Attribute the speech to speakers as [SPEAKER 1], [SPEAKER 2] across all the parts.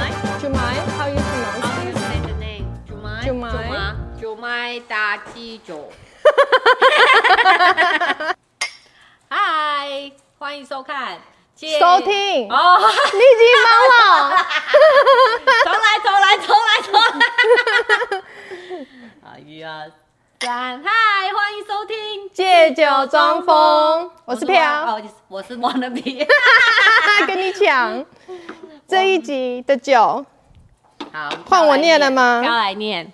[SPEAKER 1] Jumai, how you
[SPEAKER 2] How do you
[SPEAKER 1] pronounce it?
[SPEAKER 2] say the name? Jumai? Juma-
[SPEAKER 1] Jumai.
[SPEAKER 2] Jumai Dajijo. Hi，欢迎收看，接
[SPEAKER 1] 收听
[SPEAKER 2] 哦，
[SPEAKER 1] 你已经忙了。
[SPEAKER 2] 重来，重来，重来，重来。啊，一二三，嗨，欢迎收听。
[SPEAKER 1] 借酒装疯， 我是啊
[SPEAKER 2] 王
[SPEAKER 1] 飘，
[SPEAKER 2] 哦，我是王的皮。
[SPEAKER 1] 跟你 抢这一集的酒
[SPEAKER 2] 好，
[SPEAKER 1] 换我念了吗
[SPEAKER 2] 要来 念。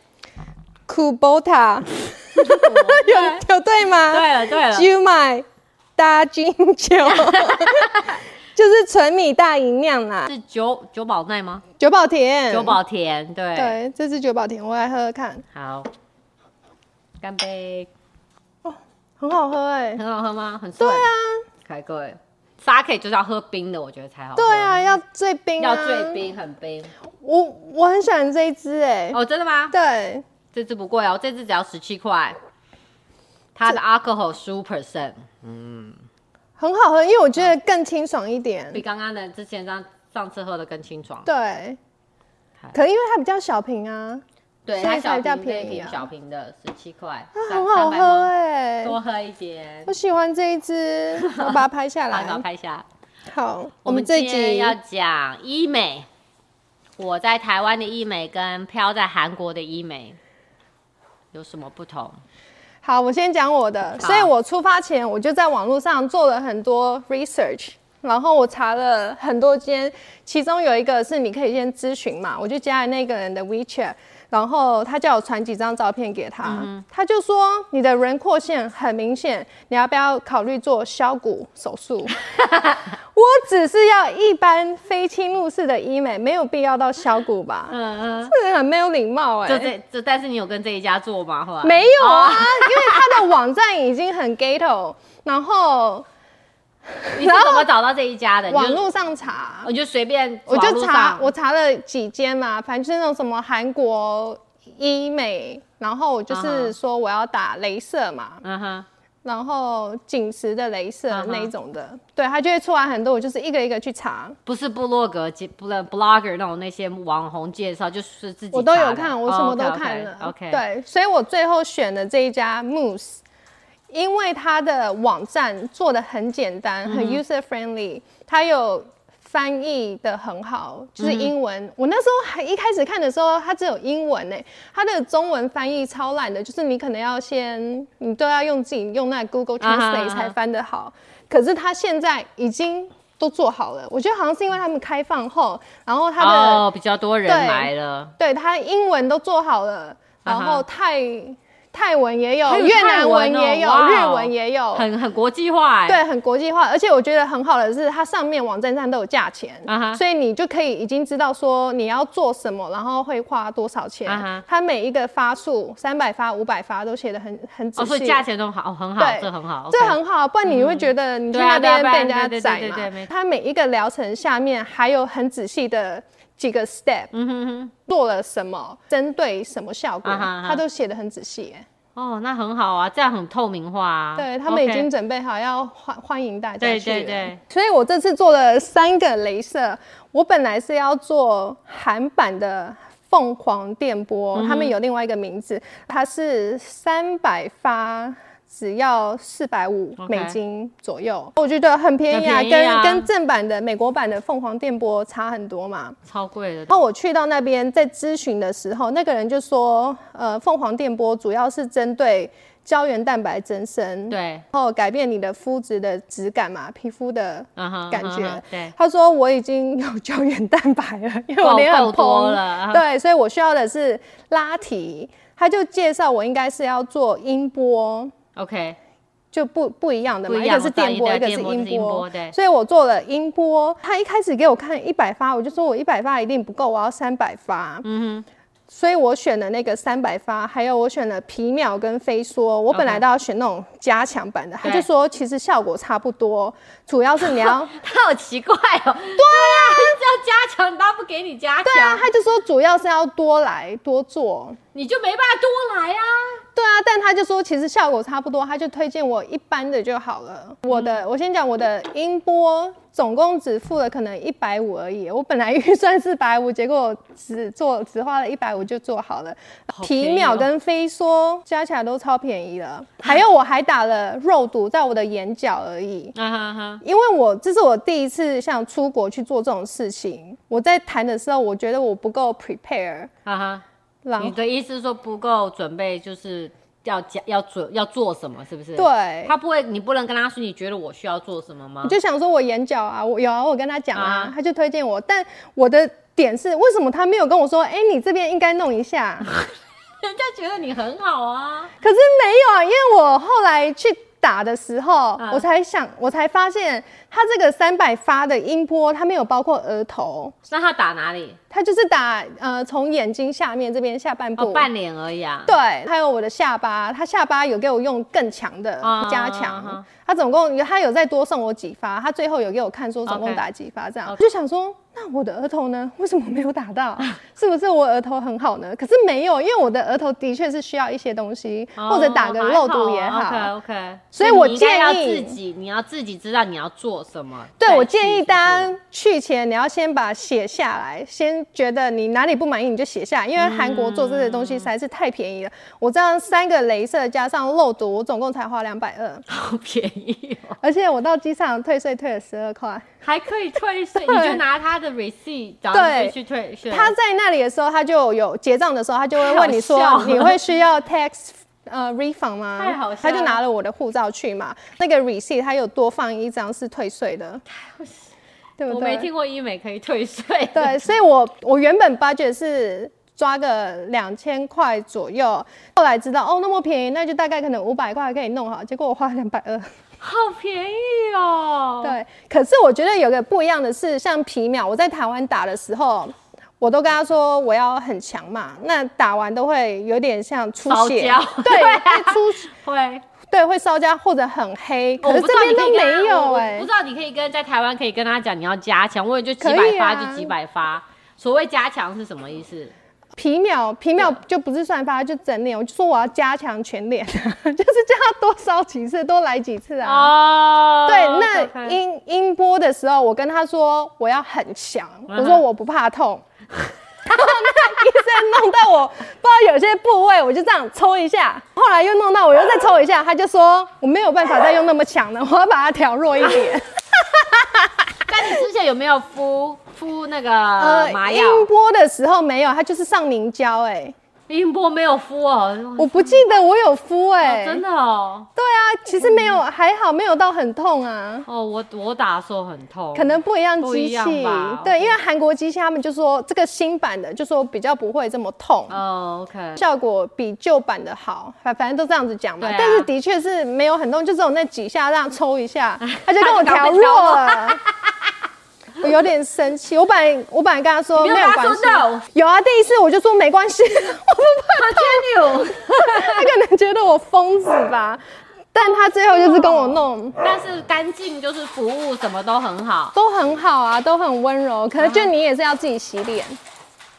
[SPEAKER 1] ，Kubota 有有对吗？
[SPEAKER 2] 对了，对了，
[SPEAKER 1] ，Jumai 大金酒， 就是纯米大吟酿啦，
[SPEAKER 2] 是九九宝奈吗？
[SPEAKER 1] 九宝田，
[SPEAKER 2] 九宝田，对。
[SPEAKER 1] 对，这是九宝田，我来喝喝看，
[SPEAKER 2] 好，干杯！
[SPEAKER 1] 很好喝哎、
[SPEAKER 2] 很好喝吗？很
[SPEAKER 1] 对
[SPEAKER 2] 顺。
[SPEAKER 1] 啊，
[SPEAKER 2] 开贵。沙 K 就是要喝冰的，我觉得才好喝。
[SPEAKER 1] 对啊，要最冰、啊，
[SPEAKER 2] 要最，冰，很冰。
[SPEAKER 1] 我我很喜欢这一支哎、
[SPEAKER 2] 哦，真的吗？
[SPEAKER 1] 对，
[SPEAKER 2] 这支不贵哦，这支只要十七块。它的 alcohol 十五 percent，
[SPEAKER 1] 很好喝，因为我觉得更清爽一点
[SPEAKER 2] 比，刚刚的之前上上次喝的更清爽。
[SPEAKER 1] 对
[SPEAKER 2] 嗨。
[SPEAKER 1] 可能因为它比较小瓶啊，
[SPEAKER 2] 对，
[SPEAKER 1] 所以
[SPEAKER 2] 它小
[SPEAKER 1] 才比较
[SPEAKER 2] 瓶这一
[SPEAKER 1] 便宜啊
[SPEAKER 2] 瓶小瓶的十七块，
[SPEAKER 1] 它
[SPEAKER 2] 三
[SPEAKER 1] 很好
[SPEAKER 2] 300
[SPEAKER 1] 喝
[SPEAKER 2] 吗
[SPEAKER 1] 哎、
[SPEAKER 2] 多喝一点
[SPEAKER 1] 我。喜欢这一支，我把它拍下
[SPEAKER 2] 好，给我
[SPEAKER 1] 来。
[SPEAKER 2] 拍一下。
[SPEAKER 1] 好，
[SPEAKER 2] 我
[SPEAKER 1] 我
[SPEAKER 2] 们
[SPEAKER 1] 们这
[SPEAKER 2] 这
[SPEAKER 1] 一
[SPEAKER 2] 集
[SPEAKER 1] 集
[SPEAKER 2] 要讲医美，我在台湾的医美跟飘在韩国的医美有什么不同？
[SPEAKER 1] 好，我先讲我的。
[SPEAKER 2] 好
[SPEAKER 1] 所以我出发前，我就在网络上做了很多 research，然后我查了很多间，其中有一个是你可以先咨询嘛，我就加了那个人的 WeChat，然后他叫我传几张照片给
[SPEAKER 2] 嗯
[SPEAKER 1] 他，他就说你的轮廓线很明显，你要不要考虑做削骨手术？ 我只是要一般非侵入式的医美，没有必要到削骨吧？
[SPEAKER 2] 嗯嗯，
[SPEAKER 1] 这人很没有礼貌哎、
[SPEAKER 2] 就这这，但是你有跟这一家做吗？后来
[SPEAKER 1] 没有啊，
[SPEAKER 2] 哦
[SPEAKER 1] 因为他的网站已经很 ghetto，然后
[SPEAKER 2] 你是怎么找到这一家的？你就
[SPEAKER 1] 网，络上查，
[SPEAKER 2] 我就随便
[SPEAKER 1] 我
[SPEAKER 2] 网
[SPEAKER 1] 就
[SPEAKER 2] 络
[SPEAKER 1] 查
[SPEAKER 2] 上，
[SPEAKER 1] 我查了几间嘛，反正就是那种什么韩国医美，然后我就
[SPEAKER 2] 嗯
[SPEAKER 1] 是
[SPEAKER 2] 哼
[SPEAKER 1] 说我要打镭射嘛，
[SPEAKER 2] 嗯哼，
[SPEAKER 1] 然后紧实的镭射
[SPEAKER 2] 嗯哼
[SPEAKER 1] 那一种的，对，它就会出来很多，我就是一个一个去查，
[SPEAKER 2] 不是部落格、介不是 blogger 那种那些网红介绍，就是自己
[SPEAKER 1] 我都
[SPEAKER 2] 查
[SPEAKER 1] 有
[SPEAKER 2] 的
[SPEAKER 1] 看，我什么都看了。
[SPEAKER 2] 哦，OK，OK，OK，OK，
[SPEAKER 1] 对，所以我最后选的这一家 Moose，因为它的网站做的很简单，
[SPEAKER 2] 嗯
[SPEAKER 1] 很 user friendly，、它有翻译的很好，就是英文。我那时候还一开始看的时候，它只有英文呢、它的中文翻译超烂的，就是你可能要先，你都要用自己用那 Google
[SPEAKER 2] 啊哈
[SPEAKER 1] Translate
[SPEAKER 2] 啊哈
[SPEAKER 1] 才翻得好。可是它现在已经。都做好了，我觉得好像是因为他们开放后，然后它的
[SPEAKER 2] 哦，比较多人
[SPEAKER 1] 对
[SPEAKER 2] 来了，
[SPEAKER 1] 对他英文都做好了，然
[SPEAKER 2] 啊
[SPEAKER 1] 后
[SPEAKER 2] 哈
[SPEAKER 1] 泰、泰文也有，
[SPEAKER 2] 还有
[SPEAKER 1] 越
[SPEAKER 2] 泰
[SPEAKER 1] 南
[SPEAKER 2] 文
[SPEAKER 1] 文
[SPEAKER 2] 哦
[SPEAKER 1] 也有，
[SPEAKER 2] 哇
[SPEAKER 1] 日
[SPEAKER 2] 哦
[SPEAKER 1] 文也有，
[SPEAKER 2] 很很国际化哎。
[SPEAKER 1] 对，很国际化。而且我觉得很好的是，它上面网站上都有价钱
[SPEAKER 2] 啊哈
[SPEAKER 1] 所以你就可以已经知道说你要做什么，然后会花多少钱。
[SPEAKER 2] 啊哈
[SPEAKER 1] 它每一个发数，三百发、五百发都写的很很仔
[SPEAKER 2] 哦，所以
[SPEAKER 1] 细。
[SPEAKER 2] 价钱都好，哦，很好，
[SPEAKER 1] 对
[SPEAKER 2] 这很好，
[SPEAKER 1] 这
[SPEAKER 2] OK
[SPEAKER 1] 很好，不然你会觉得你去
[SPEAKER 2] 对啊
[SPEAKER 1] 那边
[SPEAKER 2] 对啊
[SPEAKER 1] 被人家
[SPEAKER 2] 对对对
[SPEAKER 1] 宰
[SPEAKER 2] 对
[SPEAKER 1] 嘛
[SPEAKER 2] 对对没。错
[SPEAKER 1] 它每一个疗程下面还有很仔细的几个 step，做了什么，针对什么效果，
[SPEAKER 2] 嗯啊哈啊哈
[SPEAKER 1] 它都写的很仔细耶。
[SPEAKER 2] 哦，那很好啊，这样很透明化啊。
[SPEAKER 1] 对他们已
[SPEAKER 2] OK
[SPEAKER 1] 经准备好要欢欢迎大家
[SPEAKER 2] 对
[SPEAKER 1] 去了
[SPEAKER 2] 对对，
[SPEAKER 1] 所以我这次做了三个镭射，我本来是要做韩版的。凤凰电
[SPEAKER 2] 嗯
[SPEAKER 1] 波，他们有另外一个名字，它是三百发，只要四百五
[SPEAKER 2] OK
[SPEAKER 1] 美金左右我觉得很便宜啊，
[SPEAKER 2] 很便宜啊
[SPEAKER 1] 跟跟正版的美国版的凤凰电波差很多嘛。
[SPEAKER 2] 超贵的
[SPEAKER 1] 然后我去到那边在咨询的时候，那个人就说，呃，凤凰电波主要是针对胶原蛋白增生，
[SPEAKER 2] 对，
[SPEAKER 1] 然后改变你的肤质的质感嘛，皮肤的
[SPEAKER 2] 嗯哼，
[SPEAKER 1] 感
[SPEAKER 2] 嗯哼
[SPEAKER 1] 觉。
[SPEAKER 2] 对，
[SPEAKER 1] 他说我已经有胶原蛋白了， 因为我
[SPEAKER 2] 够
[SPEAKER 1] 脸很
[SPEAKER 2] 够多
[SPEAKER 1] 蓬
[SPEAKER 2] 了啊
[SPEAKER 1] 对，所以我需要的是拉提。他就介绍我应该是要做音波，
[SPEAKER 2] ，OK，
[SPEAKER 1] 就不不一样的嘛，
[SPEAKER 2] 不一
[SPEAKER 1] 一
[SPEAKER 2] 样
[SPEAKER 1] 个是电波，
[SPEAKER 2] 我知
[SPEAKER 1] 一
[SPEAKER 2] 道
[SPEAKER 1] 个
[SPEAKER 2] 一
[SPEAKER 1] 是
[SPEAKER 2] 个电
[SPEAKER 1] 音
[SPEAKER 2] 波一个是音
[SPEAKER 1] 波
[SPEAKER 2] 波，对
[SPEAKER 1] 所以我做了音波。他一开始给我看一百发，我就说我一百发一定不够，我要三百发。嗯所以我选了那个三百发，还有我选了皮秒跟飞梭。我本来
[SPEAKER 2] OK
[SPEAKER 1] 都要选那种加强版的，他
[SPEAKER 2] 嗯
[SPEAKER 1] 就
[SPEAKER 2] 对
[SPEAKER 1] 说其实效果差不多，主要是 你要
[SPEAKER 2] 他好奇怪哦。对啊，要加强，他不给你加
[SPEAKER 1] 对啊，
[SPEAKER 2] 强，
[SPEAKER 1] 他就说主要是要多来多做。
[SPEAKER 2] 你就没办法多来啊。
[SPEAKER 1] 对啊，但他就说其实效果差不多，他就推荐我一般的就好了。我
[SPEAKER 2] 嗯
[SPEAKER 1] 的，我先讲我的音波，总共只付了可能一百五而已。我本来预算四百五，结果只做只花了一百五就做好了。
[SPEAKER 2] 好便宜哦
[SPEAKER 1] 皮秒跟飞梭加起来都超便宜了。还有我还打了肉毒在我的眼角而已。
[SPEAKER 2] 啊哈哈，
[SPEAKER 1] 因为我这是我第一次像出国去做这种事情，我在谈的时候，我觉得我不够 prepare，
[SPEAKER 2] 啊哈。
[SPEAKER 1] 然
[SPEAKER 2] 你
[SPEAKER 1] 后
[SPEAKER 2] 的意思是说不够准备，就是要加要准要做什么，是不是？
[SPEAKER 1] 对
[SPEAKER 2] 他不会，你不能跟他说你觉得我需要做什么吗
[SPEAKER 1] 我？就想说我眼角啊，我有啊，我跟他讲啊，
[SPEAKER 2] 啊
[SPEAKER 1] 他就推荐我，但我的点是为什么他没有跟我说，哎、你这边应该弄 一下？
[SPEAKER 2] 人家觉得你很好啊，
[SPEAKER 1] 可是没有啊，因为我后来去打的时候，
[SPEAKER 2] 啊
[SPEAKER 1] 我才想，我才发现他这个三百发的音波，它没有包括额头，
[SPEAKER 2] 那他打哪里？
[SPEAKER 1] 它就是打呃从眼睛下面这边下半部。
[SPEAKER 2] 哦，半脸而已啊。
[SPEAKER 1] 对，还有我的下巴，他下巴有给我用更强的
[SPEAKER 2] 啊
[SPEAKER 1] 加
[SPEAKER 2] 啊
[SPEAKER 1] 强
[SPEAKER 2] 啊，
[SPEAKER 1] 他总共他有再多送我几发，他最后有给我看说总
[SPEAKER 2] OK
[SPEAKER 1] 共打几发这样，我就想说。那我的额头呢？为什么没有 打到？是不是我额头很好呢？可是没有，因为我的额头的确是需要一些东西，
[SPEAKER 2] 哦
[SPEAKER 1] 或者打个肉毒也好。
[SPEAKER 2] OK OK，
[SPEAKER 1] 所以我
[SPEAKER 2] 你应该
[SPEAKER 1] 建
[SPEAKER 2] 要
[SPEAKER 1] 议
[SPEAKER 2] 自己，你要自己知道你要做什么。
[SPEAKER 1] 对，我
[SPEAKER 2] 再去
[SPEAKER 1] 建议
[SPEAKER 2] 就是
[SPEAKER 1] 大家去前你要先把写下来，先觉得你哪里不满意你就写下来，因为韩国做这些东西实在是太便宜了。我这样三个镭射加上肉毒，我总共才花两百 二，
[SPEAKER 2] 好便宜哦，
[SPEAKER 1] 而且我到机场退税退了十二块。
[SPEAKER 2] 还可以退税， 你就拿他的 receipt 然后
[SPEAKER 1] 对
[SPEAKER 2] 就去退税。
[SPEAKER 1] 他在那里的时候，他就有结账的时候，他就会问
[SPEAKER 2] 太好
[SPEAKER 1] 你说
[SPEAKER 2] 笑了
[SPEAKER 1] 你会需要 tax。呃，refund 吗？
[SPEAKER 2] 太好笑了
[SPEAKER 1] 他就拿了我的护照去嘛，那个 receipt 他有多放一张是退税的，对不对？
[SPEAKER 2] 我没听过医美可以退税的。
[SPEAKER 1] 对，所以我我原本 budget 是抓个两千块左右，后来知道哦那么便宜，那就大概可能五百块可以弄好，结果我花两百二。
[SPEAKER 2] 好便宜哦！，
[SPEAKER 1] 对，可是我觉得有个不一样的是，像皮秒，我在台湾打的时候。我都跟他说我要很强嘛，那打完都会有点像出
[SPEAKER 2] 烧
[SPEAKER 1] 血
[SPEAKER 2] 焦，
[SPEAKER 1] 对，会出
[SPEAKER 2] 会。
[SPEAKER 1] 对会烧焦或者很黑，可
[SPEAKER 2] 哦我
[SPEAKER 1] 是
[SPEAKER 2] 不知
[SPEAKER 1] 这
[SPEAKER 2] 道
[SPEAKER 1] 边
[SPEAKER 2] 你可
[SPEAKER 1] 都
[SPEAKER 2] 以跟
[SPEAKER 1] 没
[SPEAKER 2] 他哦
[SPEAKER 1] 有
[SPEAKER 2] 我
[SPEAKER 1] 哎、
[SPEAKER 2] 我不知道你可以跟在台湾可以跟他讲你要加强，我也就几
[SPEAKER 1] 可
[SPEAKER 2] 百
[SPEAKER 1] 以
[SPEAKER 2] 发
[SPEAKER 1] 啊
[SPEAKER 2] 就几百发。所谓加强是什么意思？
[SPEAKER 1] 皮秒皮秒就不是算发，就整脸。我就说我要加强全脸， 就是叫他多烧几次，多来几次啊。
[SPEAKER 2] 哦，
[SPEAKER 1] 对，那
[SPEAKER 2] 因
[SPEAKER 1] 音音波的时候，我跟他说我要很强，
[SPEAKER 2] 嗯
[SPEAKER 1] 我说我不怕痛。 然后那医生弄到我，不知道有些部位，我就这样抽一下，后来又弄到我又再抽一下，他就说我没有办法再用那么强了，我要把它调弱一 点。
[SPEAKER 2] 那你之前有没有敷敷那个呃麻药？
[SPEAKER 1] 呃音波的时候没有，他就是上凝胶、哎，
[SPEAKER 2] 音波没有敷哦，
[SPEAKER 1] 我不记得我有敷、哎、
[SPEAKER 2] 真的哦，
[SPEAKER 1] 对啊，其实没有，还好没有到很痛啊，
[SPEAKER 2] 哦，我我打的时候很痛，
[SPEAKER 1] 可能不一样
[SPEAKER 2] 哦不一
[SPEAKER 1] 机器
[SPEAKER 2] 样吧。
[SPEAKER 1] 对，因为韩国机器他们就说这个新版的就说比较不会这么痛。
[SPEAKER 2] 哦，OK，
[SPEAKER 1] 效果比旧版的好，反反正都这样子讲嘛。
[SPEAKER 2] 对啊
[SPEAKER 1] 但是的确是没有很痛，就只有那几下让抽 一下，他就跟我
[SPEAKER 2] 他
[SPEAKER 1] 调
[SPEAKER 2] 就跟我
[SPEAKER 1] 弱了。 我有点生气，我本来我本来跟他说
[SPEAKER 2] 你没
[SPEAKER 1] 没
[SPEAKER 2] 有
[SPEAKER 1] 有
[SPEAKER 2] 跟他
[SPEAKER 1] 关系
[SPEAKER 2] 说 no，
[SPEAKER 1] 有啊，第一次我就说没关系， 我不
[SPEAKER 2] 他 continue。
[SPEAKER 1] 他可能觉得我疯子吧，但他最后就是跟我弄。
[SPEAKER 2] 但是干净就是服务什么都很好。
[SPEAKER 1] 都很好啊，都很温柔。
[SPEAKER 2] 啊
[SPEAKER 1] 可是就你也是要自己洗脸，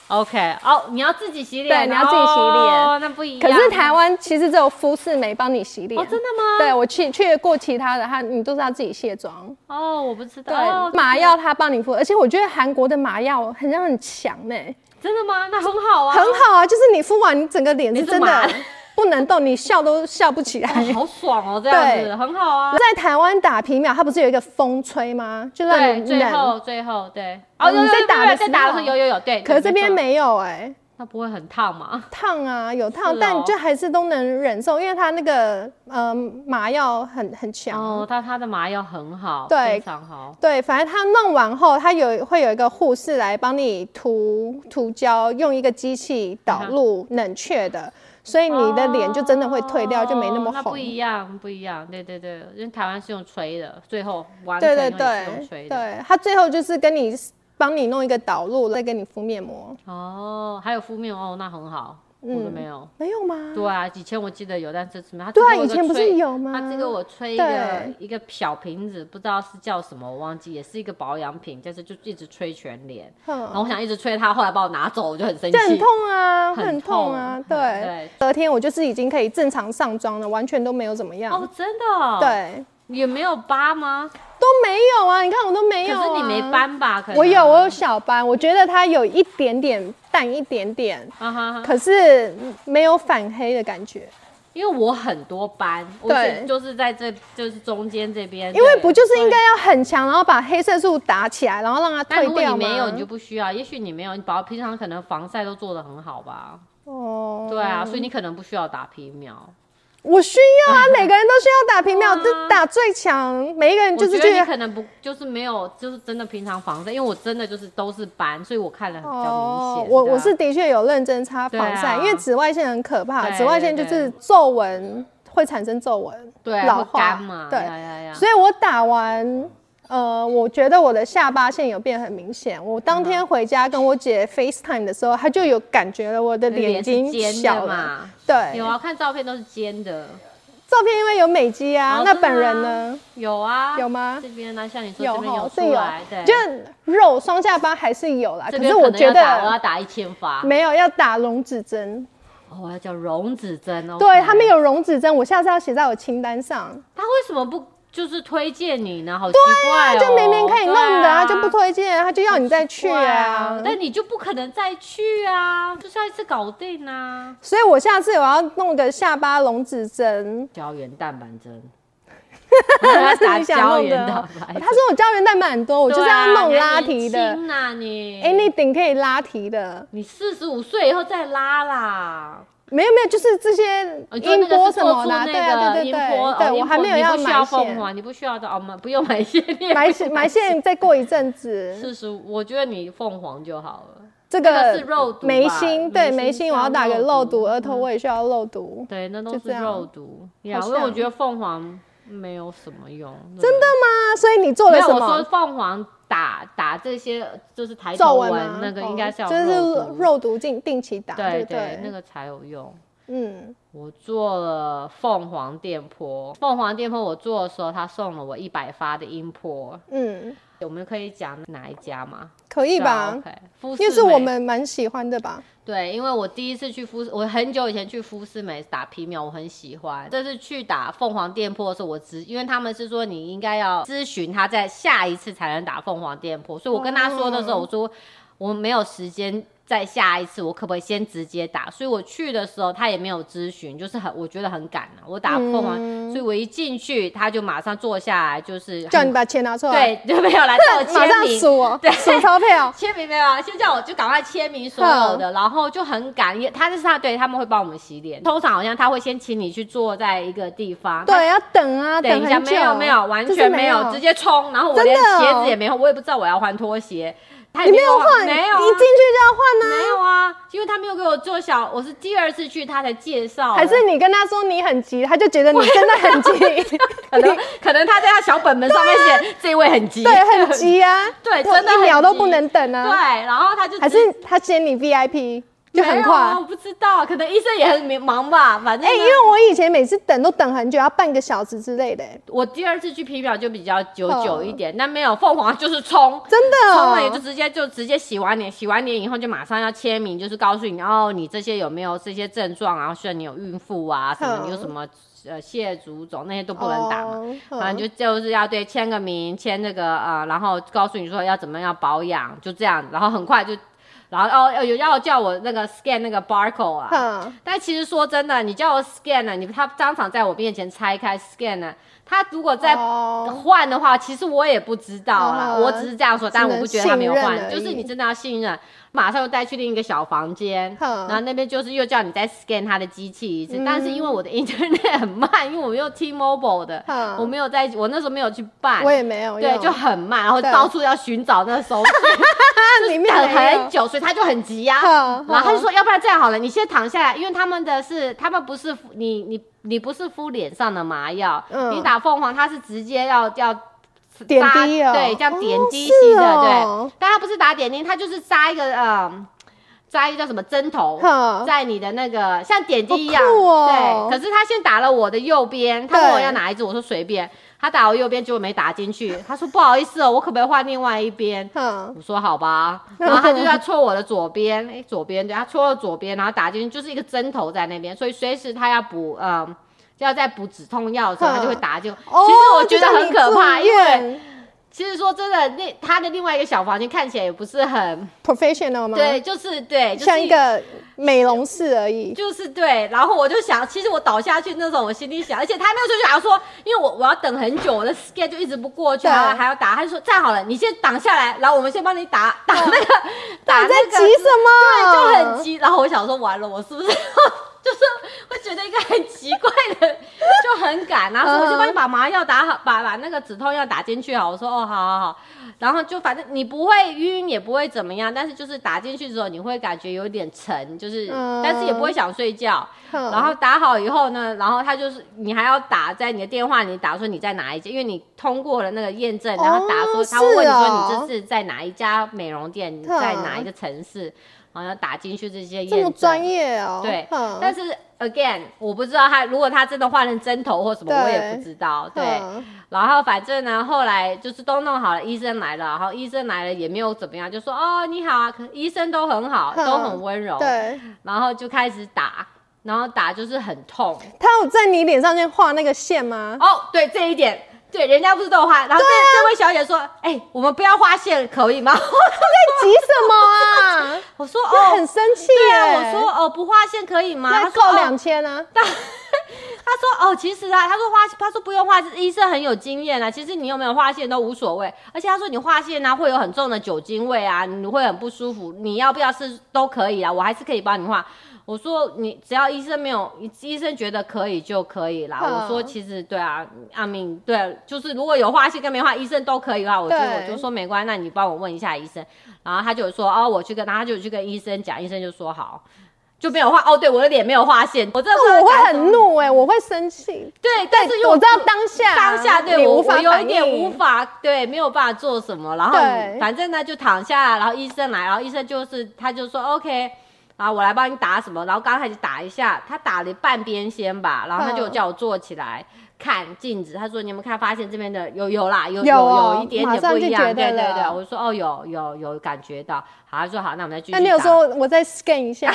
[SPEAKER 2] OK，哦，你要自己洗脸，
[SPEAKER 1] 对你要自己洗脸
[SPEAKER 2] 哦，那不一
[SPEAKER 1] 可
[SPEAKER 2] 样。
[SPEAKER 1] 是台湾其实只有肤适美帮你洗脸。
[SPEAKER 2] 哦，真的吗？
[SPEAKER 1] 对我去去过其他的，他你都是要自己卸妆。
[SPEAKER 2] 哦，我不知道。
[SPEAKER 1] 对，
[SPEAKER 2] 哦
[SPEAKER 1] 麻药他帮你敷，而且我觉得韩国的麻药很像很强呢、
[SPEAKER 2] 真的吗？那很好啊，
[SPEAKER 1] 很好啊，就是你敷完，你整个脸是真
[SPEAKER 2] 你是麻
[SPEAKER 1] 的不能动，你笑都笑不起来。
[SPEAKER 2] 哦好爽哦，这样子
[SPEAKER 1] 对
[SPEAKER 2] 很好啊。
[SPEAKER 1] 在台湾打皮秒，它不是有一个风吹吗？就让
[SPEAKER 2] 对，
[SPEAKER 1] 你
[SPEAKER 2] 最
[SPEAKER 1] 冷。
[SPEAKER 2] 后最后对，
[SPEAKER 1] 哦
[SPEAKER 2] 哦，有有
[SPEAKER 1] 你在
[SPEAKER 2] 有
[SPEAKER 1] 打的
[SPEAKER 2] 有有
[SPEAKER 1] 时候
[SPEAKER 2] 在打的时候有有有对，
[SPEAKER 1] 可是这边
[SPEAKER 2] 错，
[SPEAKER 1] 没有哎、
[SPEAKER 2] 那不会很烫吗？
[SPEAKER 1] 烫啊，有烫，
[SPEAKER 2] 是哦
[SPEAKER 1] 但就还是都能忍受，因为它那个呃麻药很很强。
[SPEAKER 2] 哦，但它的麻药很好，
[SPEAKER 1] 啊对
[SPEAKER 2] 非常好。
[SPEAKER 1] 对，反正它弄完后，它有会有一个护士来帮你涂涂胶，用一个机器导
[SPEAKER 2] 嗯
[SPEAKER 1] 入冷却的，所以你的脸就真的会退掉，就没那么
[SPEAKER 2] 哦那
[SPEAKER 1] 红
[SPEAKER 2] 不。一样，不一样，对对对，因为台湾是用吹的，最后完
[SPEAKER 1] 对
[SPEAKER 2] 成用
[SPEAKER 1] 对
[SPEAKER 2] 是用
[SPEAKER 1] 对
[SPEAKER 2] 吹的。
[SPEAKER 1] 对，它最后就是跟你帮你弄一个导入，再给你敷面膜。
[SPEAKER 2] 哦，还有敷面哦，那很好。我都没有。
[SPEAKER 1] 没有吗？
[SPEAKER 2] 对啊，以前我记得有，但这次没有。他
[SPEAKER 1] 嗯对啊，
[SPEAKER 2] 只给我
[SPEAKER 1] 以
[SPEAKER 2] 一个
[SPEAKER 1] 前不是
[SPEAKER 2] 吹
[SPEAKER 1] 有吗？
[SPEAKER 2] 他这个我吹一个
[SPEAKER 1] 对
[SPEAKER 2] 一个小瓶子，不知道是叫什么，我忘记，也是一个保养品，但是就一直吹全脸。然后
[SPEAKER 1] 嗯，
[SPEAKER 2] 我想一直吹他，后来把我拿走，我就很生气
[SPEAKER 1] 这。很痛啊，
[SPEAKER 2] 很
[SPEAKER 1] 很痛啊
[SPEAKER 2] 痛，
[SPEAKER 1] 对。
[SPEAKER 2] 对，
[SPEAKER 1] 隔天我就是已经可以正常上妆了，完全都没有怎么样。
[SPEAKER 2] 哦，真的哦，
[SPEAKER 1] 对，
[SPEAKER 2] 也没有疤吗？
[SPEAKER 1] 都没有啊！你看我都没有、
[SPEAKER 2] 可
[SPEAKER 1] 啊。
[SPEAKER 2] 是你没。斑吧？可能
[SPEAKER 1] 我有，啊我有小斑，我觉得它有一点点淡一点点，
[SPEAKER 2] 啊哈哈，
[SPEAKER 1] 可是没有反黑的感觉，
[SPEAKER 2] 因为我很多斑，我
[SPEAKER 1] 对
[SPEAKER 2] 是就是在这就是中间这边，
[SPEAKER 1] 因为不就是应
[SPEAKER 2] 该。
[SPEAKER 1] 该要很强，然后把黑色素打起来，然后让它
[SPEAKER 2] 但
[SPEAKER 1] 退
[SPEAKER 2] 如果
[SPEAKER 1] 掉
[SPEAKER 2] 你
[SPEAKER 1] 吗？
[SPEAKER 2] 没有，你就不需要。也许你没有，你保平常可能防晒都做得很好吧？
[SPEAKER 1] 哦，
[SPEAKER 2] 对啊，所以你可能不需要打皮秒。
[SPEAKER 1] 我需要啊，每个人都需要打皮秒，
[SPEAKER 2] 对啊
[SPEAKER 1] 就打最强，每一个人
[SPEAKER 2] 我
[SPEAKER 1] 就
[SPEAKER 2] 觉
[SPEAKER 1] 是
[SPEAKER 2] 得
[SPEAKER 1] 觉
[SPEAKER 2] 你
[SPEAKER 1] 得
[SPEAKER 2] 可能不就是没有，就是真的平常防晒，因为我真的就是都是斑，所以我看了很比较明显。
[SPEAKER 1] 哦我
[SPEAKER 2] 对啊
[SPEAKER 1] 我是的确有认真擦防晒，
[SPEAKER 2] 对啊
[SPEAKER 1] 因为紫外线很可怕，
[SPEAKER 2] 对
[SPEAKER 1] 紫外线就是皱纹会产生皱纹，
[SPEAKER 2] 对啊
[SPEAKER 1] 老
[SPEAKER 2] 会
[SPEAKER 1] 化
[SPEAKER 2] 干嘛？
[SPEAKER 1] 对，
[SPEAKER 2] 呀呀呀
[SPEAKER 1] 所以我打完，呃，我觉得我的下巴线有变很明显。我
[SPEAKER 2] 嗯
[SPEAKER 1] 当天回家跟我姐 FaceTime 的时候，她就有感觉了，我的
[SPEAKER 2] 脸
[SPEAKER 1] 脸已
[SPEAKER 2] 是
[SPEAKER 1] 经
[SPEAKER 2] 尖的
[SPEAKER 1] 小了。
[SPEAKER 2] 嘛。
[SPEAKER 1] 对，
[SPEAKER 2] 有啊，看照片都是尖的。
[SPEAKER 1] 照片因为有美肌啊，
[SPEAKER 2] 哦
[SPEAKER 1] 那
[SPEAKER 2] 真的
[SPEAKER 1] 本人
[SPEAKER 2] 吗
[SPEAKER 1] 呢？
[SPEAKER 2] 有啊，
[SPEAKER 1] 有吗
[SPEAKER 2] 这边呢，像你说
[SPEAKER 1] 有
[SPEAKER 2] 这边
[SPEAKER 1] 哈，
[SPEAKER 2] 有
[SPEAKER 1] 是有
[SPEAKER 2] 出来，对，，
[SPEAKER 1] 就肉双下巴还是有啦。
[SPEAKER 2] 这
[SPEAKER 1] 可
[SPEAKER 2] 边
[SPEAKER 1] 是
[SPEAKER 2] 可
[SPEAKER 1] 我
[SPEAKER 2] 能
[SPEAKER 1] 觉
[SPEAKER 2] 要打我要
[SPEAKER 1] 得
[SPEAKER 2] 打一千发。
[SPEAKER 1] 没有要打溶脂针，
[SPEAKER 2] 哦，我要叫溶脂针哦。
[SPEAKER 1] 对
[SPEAKER 2] OK
[SPEAKER 1] 他们有溶脂针，我下次要写在我清单上。
[SPEAKER 2] 他为什么不就是推荐你呢？好奇怪哦！
[SPEAKER 1] 啊就明明可以弄的啊，
[SPEAKER 2] 对
[SPEAKER 1] 就不推荐，他就要你再去
[SPEAKER 2] 对
[SPEAKER 1] 啊。
[SPEAKER 2] 但你就不可能再去啊，就下一次搞定啊。
[SPEAKER 1] 所以我下次我要弄个下巴溶脂针，
[SPEAKER 2] 胶原蛋白 针，要打
[SPEAKER 1] 你想
[SPEAKER 2] 胶
[SPEAKER 1] 弄的
[SPEAKER 2] 原蛋
[SPEAKER 1] 啊。
[SPEAKER 2] 白
[SPEAKER 1] 他说我胶原蛋白很多， 我
[SPEAKER 2] 我
[SPEAKER 1] 就是要弄
[SPEAKER 2] 啊
[SPEAKER 1] 拉提的。
[SPEAKER 2] 呐你，
[SPEAKER 1] 哎、你顶可以拉提的，
[SPEAKER 2] 你四十五岁以后再拉啦。
[SPEAKER 1] 没有没有，就是这些
[SPEAKER 2] 哦就那
[SPEAKER 1] 音
[SPEAKER 2] 个
[SPEAKER 1] 波
[SPEAKER 2] 是
[SPEAKER 1] 什
[SPEAKER 2] 做
[SPEAKER 1] 么
[SPEAKER 2] 出
[SPEAKER 1] 啦，
[SPEAKER 2] 那
[SPEAKER 1] 对啊，
[SPEAKER 2] 个
[SPEAKER 1] 对对
[SPEAKER 2] 音
[SPEAKER 1] 对
[SPEAKER 2] 波，
[SPEAKER 1] 对，
[SPEAKER 2] 哦
[SPEAKER 1] 我
[SPEAKER 2] 音
[SPEAKER 1] 还
[SPEAKER 2] 波
[SPEAKER 1] 没有
[SPEAKER 2] 你
[SPEAKER 1] 要
[SPEAKER 2] 不需要
[SPEAKER 1] 埋
[SPEAKER 2] 凤
[SPEAKER 1] 线，
[SPEAKER 2] 凰，你不需要的哦，买不用买 线，
[SPEAKER 1] 埋线埋线再过一阵子，
[SPEAKER 2] 四十五，我觉得你凤凰就好了。
[SPEAKER 1] 这
[SPEAKER 2] 那
[SPEAKER 1] 个
[SPEAKER 2] 是肉毒吧
[SPEAKER 1] 眉心对
[SPEAKER 2] 眉
[SPEAKER 1] 眉
[SPEAKER 2] 心
[SPEAKER 1] 心
[SPEAKER 2] 是
[SPEAKER 1] 我要
[SPEAKER 2] 要
[SPEAKER 1] 打个
[SPEAKER 2] 肉
[SPEAKER 1] 肉
[SPEAKER 2] 毒
[SPEAKER 1] 毒，额
[SPEAKER 2] 嗯
[SPEAKER 1] 头我也需要肉 毒，
[SPEAKER 2] 对，那
[SPEAKER 1] 就
[SPEAKER 2] 都
[SPEAKER 1] 这
[SPEAKER 2] 是
[SPEAKER 1] 样
[SPEAKER 2] 肉毒呀，
[SPEAKER 1] 好
[SPEAKER 2] 因为我
[SPEAKER 1] 像
[SPEAKER 2] 觉得凤凰没有什么用。
[SPEAKER 1] 真的吗？所以你做
[SPEAKER 2] 没
[SPEAKER 1] 了
[SPEAKER 2] 有，
[SPEAKER 1] 什
[SPEAKER 2] 我说
[SPEAKER 1] 么？
[SPEAKER 2] 凤凰打打这些就是抬
[SPEAKER 1] 皱
[SPEAKER 2] 头
[SPEAKER 1] 纹
[SPEAKER 2] 纹
[SPEAKER 1] 吗？
[SPEAKER 2] 那个
[SPEAKER 1] 哦
[SPEAKER 2] 应该是要
[SPEAKER 1] 就是
[SPEAKER 2] 肉毒，
[SPEAKER 1] 肉毒定定期打，
[SPEAKER 2] 对
[SPEAKER 1] 不对，
[SPEAKER 2] 那个才有用。
[SPEAKER 1] 嗯，
[SPEAKER 2] 我做了凤凰电波，凤凰电波我做的时候，他送了我一百发的音波，
[SPEAKER 1] 嗯，
[SPEAKER 2] 我们可以讲哪一家吗？啊
[SPEAKER 1] 可以吧？
[SPEAKER 2] o k 肤
[SPEAKER 1] 因为
[SPEAKER 2] 世
[SPEAKER 1] 是我
[SPEAKER 2] 美
[SPEAKER 1] 们蛮喜欢的吧？
[SPEAKER 2] 对，因为我第一次去肤，我很久以前去肤斯美打皮秒，我很喜欢。这次去打凤凰电波的时候，我只因为他们是说你应该要咨询他，在下一次才能打凤凰电波，所以我跟他说的
[SPEAKER 1] 哦
[SPEAKER 2] 时候，我说我没有时间。再下一次，我可不可以先直接打？所以我去的时候，他也没有咨询，就是很我觉得很赶啊。我打凤凰，所以我一进去，他就马上坐下来，就是很
[SPEAKER 1] 嗯叫你把钱拿出来，
[SPEAKER 2] 对，就没有来叫我
[SPEAKER 1] 马
[SPEAKER 2] 签
[SPEAKER 1] 上
[SPEAKER 2] 名，
[SPEAKER 1] 数哦
[SPEAKER 2] 对，
[SPEAKER 1] 数钞票。
[SPEAKER 2] 签名没有啊？先叫我就赶快签名所有的，然后就很赶，也他就是他对他们会帮我们洗脸，通常好像他会先请你去坐在一个地方，
[SPEAKER 1] 对，要等啊，
[SPEAKER 2] 他等一下
[SPEAKER 1] 很久。
[SPEAKER 2] 没有没有完
[SPEAKER 1] 就是
[SPEAKER 2] 全没有，直接冲，然后我
[SPEAKER 1] 真的
[SPEAKER 2] 连
[SPEAKER 1] 哦
[SPEAKER 2] 鞋子也没有，我也不知道我要换拖鞋，他也
[SPEAKER 1] 你没有换，
[SPEAKER 2] 没有啊
[SPEAKER 1] 你进去就要换啊。
[SPEAKER 2] 没有啊，因为他没有给我做小，我是第二次去他才介绍的，
[SPEAKER 1] 还是你跟他说你很急，他就觉得你真的很 急，
[SPEAKER 2] 可 能可能他在他小本本上面写、这位很急，
[SPEAKER 1] 啊对，很急啊，
[SPEAKER 2] 对
[SPEAKER 1] 我
[SPEAKER 2] 真的
[SPEAKER 1] 一秒
[SPEAKER 2] 很
[SPEAKER 1] 都
[SPEAKER 2] 急
[SPEAKER 1] 不能 等
[SPEAKER 2] 对，
[SPEAKER 1] 啊。
[SPEAKER 2] 然后他就
[SPEAKER 1] 还
[SPEAKER 2] 直
[SPEAKER 1] 是他嫌你 VIP 就
[SPEAKER 2] 没
[SPEAKER 1] 很
[SPEAKER 2] 有
[SPEAKER 1] 快
[SPEAKER 2] 啊，。我不知道，可能医生也很忙吧，反正
[SPEAKER 1] 哎，
[SPEAKER 2] 呢
[SPEAKER 1] 因为我以前每次等都等很久，要半个小时之类的，
[SPEAKER 2] 我第二次去皮秒就比较久
[SPEAKER 1] 嗯
[SPEAKER 2] 久一点，但没有凤凰就是冲，
[SPEAKER 1] 真的
[SPEAKER 2] 冲了也就
[SPEAKER 1] 哦。
[SPEAKER 2] 直接就直接洗完脸，洗完脸以后就马上要签名，就是告诉你哦，你这些有没有这些症状啊，像你有孕妇啊，什么
[SPEAKER 1] 嗯
[SPEAKER 2] 你有什么呃蟹足肿那些都不能打嘛。
[SPEAKER 1] 哦
[SPEAKER 2] 反正就就是要对签个名，签这个呃，然后告诉你说要怎么样保养，就这样，然后很快就，然后哦有要叫我那个 scan 那个 barcode 啊，
[SPEAKER 1] 嗯
[SPEAKER 2] 但其实说真的，你叫我 scan 呢，你他当场在我面前拆开 scan 呢，他如果再
[SPEAKER 1] 哦
[SPEAKER 2] 换的话，其实我也不知道啦，
[SPEAKER 1] 嗯
[SPEAKER 2] 我只是这样说，但我不觉得他没有
[SPEAKER 1] 只能信任
[SPEAKER 2] 换，
[SPEAKER 1] 而已
[SPEAKER 2] 就是你真的要信任，马上又带去另一个小房间，
[SPEAKER 1] 嗯
[SPEAKER 2] 然后那边就是又叫你再 scan 他的机器一次，
[SPEAKER 1] 嗯
[SPEAKER 2] 但是因为我的 internet 很慢，因为我没有 T-Mobile 的，
[SPEAKER 1] 嗯
[SPEAKER 2] 我没有在，我那时候没有去办
[SPEAKER 1] 我。也没有用，
[SPEAKER 2] 对，就很慢，然后
[SPEAKER 1] 对
[SPEAKER 2] 到处要寻找那个手机，
[SPEAKER 1] 那里面
[SPEAKER 2] 等
[SPEAKER 1] 没有
[SPEAKER 2] 很久，所以他就很急呀、
[SPEAKER 1] 嗯
[SPEAKER 2] 然后他就
[SPEAKER 1] 嗯
[SPEAKER 2] 说，要不然这样好了，你先躺下来，因为他们的是，他们不是敷你你你不是敷脸上的麻药，
[SPEAKER 1] 嗯
[SPEAKER 2] 你打凤凰，它是直接要要
[SPEAKER 1] 点
[SPEAKER 2] 扎
[SPEAKER 1] 滴哦
[SPEAKER 2] 对，这样点滴
[SPEAKER 1] 哦是
[SPEAKER 2] 型的，
[SPEAKER 1] 哦
[SPEAKER 2] 对，但它不是打点滴，它就是扎一个嗯。扎一个叫什么针头
[SPEAKER 1] 哼，
[SPEAKER 2] 在你的那个像点滴一样，
[SPEAKER 1] 好酷哦
[SPEAKER 2] 对。可是他先打了我的右边，他问
[SPEAKER 1] 对
[SPEAKER 2] 我要哪一只，我说随便。他打我右边，结果没打进去，他说不好意思哦，我可不可以换另外一边？
[SPEAKER 1] 哼，
[SPEAKER 2] 我说好吧，然后他就要戳我的左边，哎、左边对，他戳了左边，然后打进去就是一个针头在那边，所以随时他要补，嗯，要在补止痛药的时候，他就会打进去。
[SPEAKER 1] 哦
[SPEAKER 2] 其实我觉得很可怕，
[SPEAKER 1] 就像你住
[SPEAKER 2] 因为
[SPEAKER 1] 院
[SPEAKER 2] 其实说真的，那他的另外一个小房间看起来也不是很，
[SPEAKER 1] professional 吗？
[SPEAKER 2] 对，就是对，就是
[SPEAKER 1] 像一个美容室而已。
[SPEAKER 2] 就是对，然后我就想，其实我倒下去那种，我心里想，而且他那个时候就想说，因为我我要等很久，我的 s c a n 就一直不过去，
[SPEAKER 1] 对
[SPEAKER 2] 还还要打，他就说站好了，你先挡下来，然后我们先帮你打打那个、打
[SPEAKER 1] 哦你
[SPEAKER 2] 那
[SPEAKER 1] 在
[SPEAKER 2] 个，
[SPEAKER 1] 急什么？
[SPEAKER 2] 对，就很。急。然后我想说，完了，我是不 是就是会觉得一个很奇怪的，就很赶啊，然后我就帮你把麻药打好，把把那个止痛药打进去好。我说哦，好好好。然后就反正你不会晕，也不会怎么样，但是就是打进去之后，你会感觉有点沉，就是、
[SPEAKER 1] 嗯
[SPEAKER 2] 但是也不会想睡觉。
[SPEAKER 1] 哼
[SPEAKER 2] 然后打好以后呢，然后他就是你还要打在你的电话里打说你在哪一家，因为你通过了那个验证，然后打说、
[SPEAKER 1] 哦
[SPEAKER 2] 他会问你
[SPEAKER 1] 是
[SPEAKER 2] 说
[SPEAKER 1] 哦
[SPEAKER 2] 你这是在哪一家美容店，在哪一个城市，然后要打进去这些验
[SPEAKER 1] 这
[SPEAKER 2] 证。
[SPEAKER 1] 么专业哦。
[SPEAKER 2] 啊对，
[SPEAKER 1] 哼
[SPEAKER 2] 但是 again 我不知道他如果他真的换成针头或什么，我也
[SPEAKER 1] 对
[SPEAKER 2] 不知道。对，
[SPEAKER 1] 哼
[SPEAKER 2] 然后反正呢，后来就是都弄好了，医生来了，然后医生来了也没有怎么样，就说哦你好啊，可医生都很好，
[SPEAKER 1] 嗯
[SPEAKER 2] 都很温柔。
[SPEAKER 1] 对，
[SPEAKER 2] 然后就开始打，然后打就是很痛。
[SPEAKER 1] 他有在你脸上面画那个线吗？
[SPEAKER 2] 哦，对这一点，对啊人家不是都有画，然后这、这位小姐说，哎、我们不要画线可以吗？ 哦
[SPEAKER 1] 在急什么啊？
[SPEAKER 2] 我说
[SPEAKER 1] 那
[SPEAKER 2] 哦
[SPEAKER 1] 很，生气
[SPEAKER 2] 对
[SPEAKER 1] 耶。
[SPEAKER 2] 啊，我说哦不画线可以吗？
[SPEAKER 1] 那
[SPEAKER 2] 她
[SPEAKER 1] 扣
[SPEAKER 2] 说
[SPEAKER 1] 两
[SPEAKER 2] 哦
[SPEAKER 1] 千啊。
[SPEAKER 2] 她她说哦，其实啊，她说画，她说不用画，医生很有经验啊。其实你有没有画线都无所谓，而且她说你画线呢、会有很重的酒精味啊，你会很不舒服。你要不要是都可以啊，我还是可以帮你画。我说你只要医生没有，医生觉得可以就可以啦。
[SPEAKER 1] 嗯
[SPEAKER 2] 我说其实对啊，阿明对啊，就是如果有画线跟没画，医生都可以的话，我就我
[SPEAKER 1] 对
[SPEAKER 2] 就说没关系，那你帮我问一下医生。然后他就说哦，我去跟，然后他就去跟医生讲，医生就说好，就没有画。哦，对，我的脸没有画线，我真的不知道
[SPEAKER 1] 那我
[SPEAKER 2] 讲
[SPEAKER 1] 会
[SPEAKER 2] 什么
[SPEAKER 1] 很怒哎、我会生气。
[SPEAKER 2] 对，但是又
[SPEAKER 1] 我知道当下啊
[SPEAKER 2] 当下对
[SPEAKER 1] 你
[SPEAKER 2] 我
[SPEAKER 1] 无法
[SPEAKER 2] 我有一
[SPEAKER 1] 反
[SPEAKER 2] 点
[SPEAKER 1] 应
[SPEAKER 2] 无法对，没有办法做什么。然后
[SPEAKER 1] 对
[SPEAKER 2] 反正呢就躺下来，然后医生来，然后医生就是他就说 OK，然后我来帮你打什么，然后刚开始打一下，他打了半边先吧，然后他就
[SPEAKER 1] 嗯
[SPEAKER 2] 叫我坐起来。看镜子，他说：“你有没有看发现这边的有有啦，有
[SPEAKER 1] 有哦
[SPEAKER 2] 有一点
[SPEAKER 1] 马
[SPEAKER 2] 点
[SPEAKER 1] 上
[SPEAKER 2] 不一
[SPEAKER 1] 就
[SPEAKER 2] 样，
[SPEAKER 1] 觉得
[SPEAKER 2] 对对对。”
[SPEAKER 1] 了
[SPEAKER 2] 我说：“哦，有有有感觉到。”好，他说：“好，那我们再继续打。”
[SPEAKER 1] 那你有时候我再 scan 一下，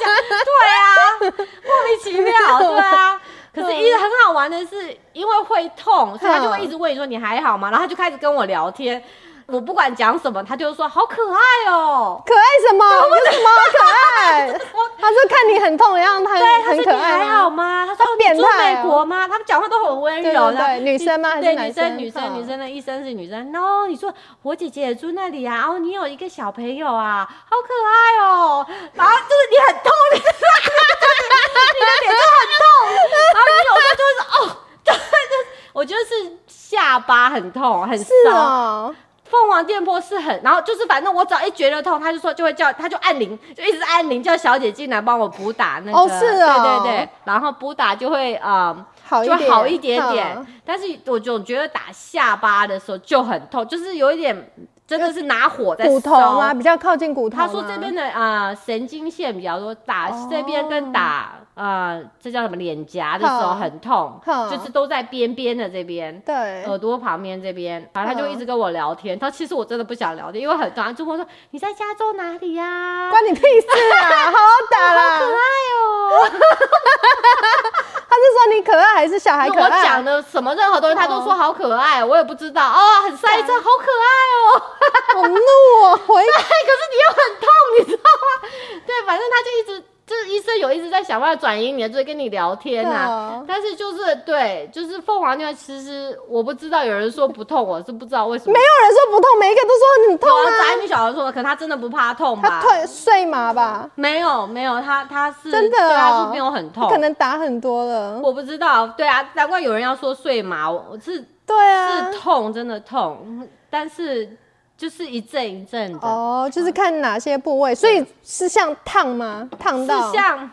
[SPEAKER 2] 对啊，莫名其妙， 对啊。可是，一直很好玩的是，因为会痛，所以他就会一直问你说你还好吗？然后他就开始跟我聊天，我不管讲什么，他就说好可爱哦、
[SPEAKER 1] 可爱什么？有 什么可爱？他说看你很痛的样子，他
[SPEAKER 2] 对，他
[SPEAKER 1] 很
[SPEAKER 2] 说
[SPEAKER 1] 可
[SPEAKER 2] 你
[SPEAKER 1] 爱
[SPEAKER 2] 还
[SPEAKER 1] 吗
[SPEAKER 2] 好吗？他说
[SPEAKER 1] 好
[SPEAKER 2] 你
[SPEAKER 1] 变
[SPEAKER 2] 住
[SPEAKER 1] 态哦
[SPEAKER 2] 美国吗？他们讲话都很温柔
[SPEAKER 1] 对对
[SPEAKER 2] 然后
[SPEAKER 1] 对女生吗还是
[SPEAKER 2] 对，
[SPEAKER 1] 男
[SPEAKER 2] 女生，
[SPEAKER 1] 生
[SPEAKER 2] 女生，
[SPEAKER 1] 嗯
[SPEAKER 2] 女生的医生是女生。no，你说我姐姐也住那里啊，哦，你有一个小朋友啊，好可爱哦、然后就是你很痛，你你的脸就很痛，然后你有时候就是哦， 对，就是我觉得是下巴很痛，很
[SPEAKER 1] 是
[SPEAKER 2] 烧。
[SPEAKER 1] 哦，
[SPEAKER 2] 凤凰电波是很，然后就是反正我只要一觉得痛，他就说就会叫，他就按铃，就一直按铃叫小姐进来帮我补打那个。
[SPEAKER 1] 哦是哦
[SPEAKER 2] 对对对，然后补打就会啊、
[SPEAKER 1] 好一
[SPEAKER 2] 就
[SPEAKER 1] 点，
[SPEAKER 2] 会好一点点
[SPEAKER 1] 嗯。，
[SPEAKER 2] 但是我总觉得打下巴的时候就很痛，就是有一点真的是拿火在
[SPEAKER 1] 骨头啊
[SPEAKER 2] 烧
[SPEAKER 1] 吗？比较靠近骨头吗。
[SPEAKER 2] 他说这边的啊、呃神经线比较多，打、
[SPEAKER 1] 哦
[SPEAKER 2] 这边跟打呃这叫什么脸颊的时候
[SPEAKER 1] 哼
[SPEAKER 2] 很痛，
[SPEAKER 1] 哼
[SPEAKER 2] 就是都在边边的这边。
[SPEAKER 1] 对，
[SPEAKER 2] 耳朵旁边这边，然后他就一直跟我聊
[SPEAKER 1] 嗯
[SPEAKER 2] 天。他其实我真的不想聊天，因为很短，就跟我说你在加州哪里呀、
[SPEAKER 1] 关你屁事啊！好好打 啦。
[SPEAKER 2] 可 爱哦、
[SPEAKER 1] 他是说你可爱还是小孩可
[SPEAKER 2] 我
[SPEAKER 1] 爱？啊
[SPEAKER 2] 讲的什么任何东西，他都说好可爱，我也不知道哦，很塞
[SPEAKER 1] 嗯
[SPEAKER 2] 车，好可爱哦、
[SPEAKER 1] 好怒哦，回
[SPEAKER 2] 哎，可是你又很痛，你知道吗？对，反正他就一直，就是医生有一直在想办法转移你的注意，跟你聊天呐、
[SPEAKER 1] 哦
[SPEAKER 2] 但是就是对，就是凤凰那边，其实我不知道有人说不痛，我是不知道为什么。
[SPEAKER 1] 没有啊人说不痛，每一个都说很痛
[SPEAKER 2] 有啊，
[SPEAKER 1] 啊。
[SPEAKER 2] 宅女小孩说，可能他真的不怕痛吧？
[SPEAKER 1] 他退睡麻吧，
[SPEAKER 2] 没有没有，他他是
[SPEAKER 1] 真的
[SPEAKER 2] 对他
[SPEAKER 1] 哦
[SPEAKER 2] 是没有很痛，
[SPEAKER 1] 他可能打很多了。
[SPEAKER 2] 我不知道，对啊，难怪有人要说睡麻，我我是
[SPEAKER 1] 对啊
[SPEAKER 2] 是，痛，真的痛，但是就是一阵一阵的，
[SPEAKER 1] 哦，就是看哪些部位，所以是像烫吗？烫到
[SPEAKER 2] 是像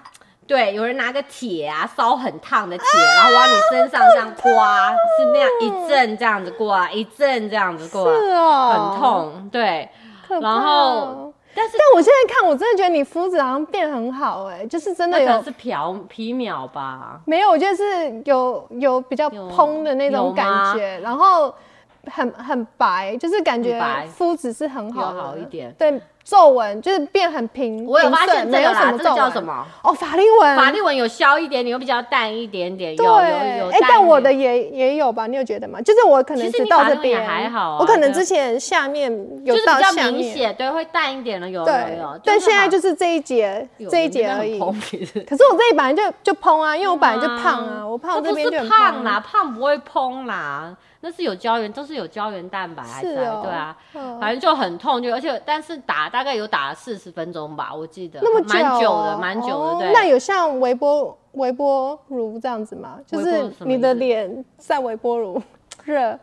[SPEAKER 2] 对有人拿个铁啊，烧很烫的铁，
[SPEAKER 1] 啊
[SPEAKER 2] 然后往你身上这样
[SPEAKER 1] 哦
[SPEAKER 2] 刮，是那样一阵这样子过来，一阵这样子过来，
[SPEAKER 1] 是哦，
[SPEAKER 2] 很痛，对，
[SPEAKER 1] 可怕哦，
[SPEAKER 2] 然后。但是
[SPEAKER 1] 但我现在看，我真的觉得你肤质好像变很好哎、就是真
[SPEAKER 2] 那
[SPEAKER 1] 的
[SPEAKER 2] 可能
[SPEAKER 1] 有
[SPEAKER 2] 是缥皮秒吧。
[SPEAKER 1] 没有？我觉得是有有比较
[SPEAKER 2] 有
[SPEAKER 1] 蓬的那
[SPEAKER 2] 有
[SPEAKER 1] 种
[SPEAKER 2] 吗
[SPEAKER 1] 感觉，然后很很白，就是感觉
[SPEAKER 2] 很白
[SPEAKER 1] 肤质是很好的，
[SPEAKER 2] 有好一点
[SPEAKER 1] 对，皱纹就是变很平，
[SPEAKER 2] 我有
[SPEAKER 1] 平
[SPEAKER 2] 发
[SPEAKER 1] 顺
[SPEAKER 2] 现这
[SPEAKER 1] 没有
[SPEAKER 2] 个
[SPEAKER 1] 什
[SPEAKER 2] 啦，
[SPEAKER 1] 么
[SPEAKER 2] 这
[SPEAKER 1] 皱
[SPEAKER 2] 个叫
[SPEAKER 1] 纹。
[SPEAKER 2] 什么？
[SPEAKER 1] 哦，法令纹，
[SPEAKER 2] 法令纹有消一点点，又比较淡一点点，有
[SPEAKER 1] 对，
[SPEAKER 2] 有有淡一点。
[SPEAKER 1] 哎，但我的也也有吧？你有觉得吗？就是我可能
[SPEAKER 2] 其实
[SPEAKER 1] 只
[SPEAKER 2] 你
[SPEAKER 1] 到
[SPEAKER 2] 法
[SPEAKER 1] 这
[SPEAKER 2] 令纹也
[SPEAKER 1] 边
[SPEAKER 2] 还好啊
[SPEAKER 1] 我可能
[SPEAKER 2] 对
[SPEAKER 1] 之前下面有
[SPEAKER 2] 就是
[SPEAKER 1] 到
[SPEAKER 2] 比较
[SPEAKER 1] 下
[SPEAKER 2] 明
[SPEAKER 1] 面，
[SPEAKER 2] 显，对，会淡一点的，有有
[SPEAKER 1] 对
[SPEAKER 2] 有。就
[SPEAKER 1] 但
[SPEAKER 2] 是
[SPEAKER 1] 现在
[SPEAKER 2] 好
[SPEAKER 1] 就是这一节
[SPEAKER 2] 有
[SPEAKER 1] 这一
[SPEAKER 2] 你真
[SPEAKER 1] 节
[SPEAKER 2] 的
[SPEAKER 1] 而
[SPEAKER 2] 很
[SPEAKER 1] 已。
[SPEAKER 2] 蓬其实
[SPEAKER 1] 可是我这里本来就就蓬啊，因为我本来就胖啊，
[SPEAKER 2] 啊
[SPEAKER 1] 我 胖到
[SPEAKER 2] 那
[SPEAKER 1] 这
[SPEAKER 2] 不
[SPEAKER 1] 边就是很
[SPEAKER 2] 胖啦，
[SPEAKER 1] 啦。
[SPEAKER 2] 胖不会嘭啦，那是有胶原，都是有胶原蛋白还
[SPEAKER 1] 是
[SPEAKER 2] 在，
[SPEAKER 1] 哦
[SPEAKER 2] 对啊，
[SPEAKER 1] 嗯
[SPEAKER 2] 反正就很痛，就而且但是打大概有打四十分钟吧，我记得
[SPEAKER 1] 那么
[SPEAKER 2] 蛮
[SPEAKER 1] 久
[SPEAKER 2] 久
[SPEAKER 1] 哦
[SPEAKER 2] 的，蛮久
[SPEAKER 1] 哦
[SPEAKER 2] 的，对。
[SPEAKER 1] 那有像微波微波炉这样子吗？就
[SPEAKER 2] 微波
[SPEAKER 1] 是
[SPEAKER 2] 炉什么
[SPEAKER 1] 你
[SPEAKER 2] 意
[SPEAKER 1] 的
[SPEAKER 2] 思
[SPEAKER 1] 脸在微波炉热，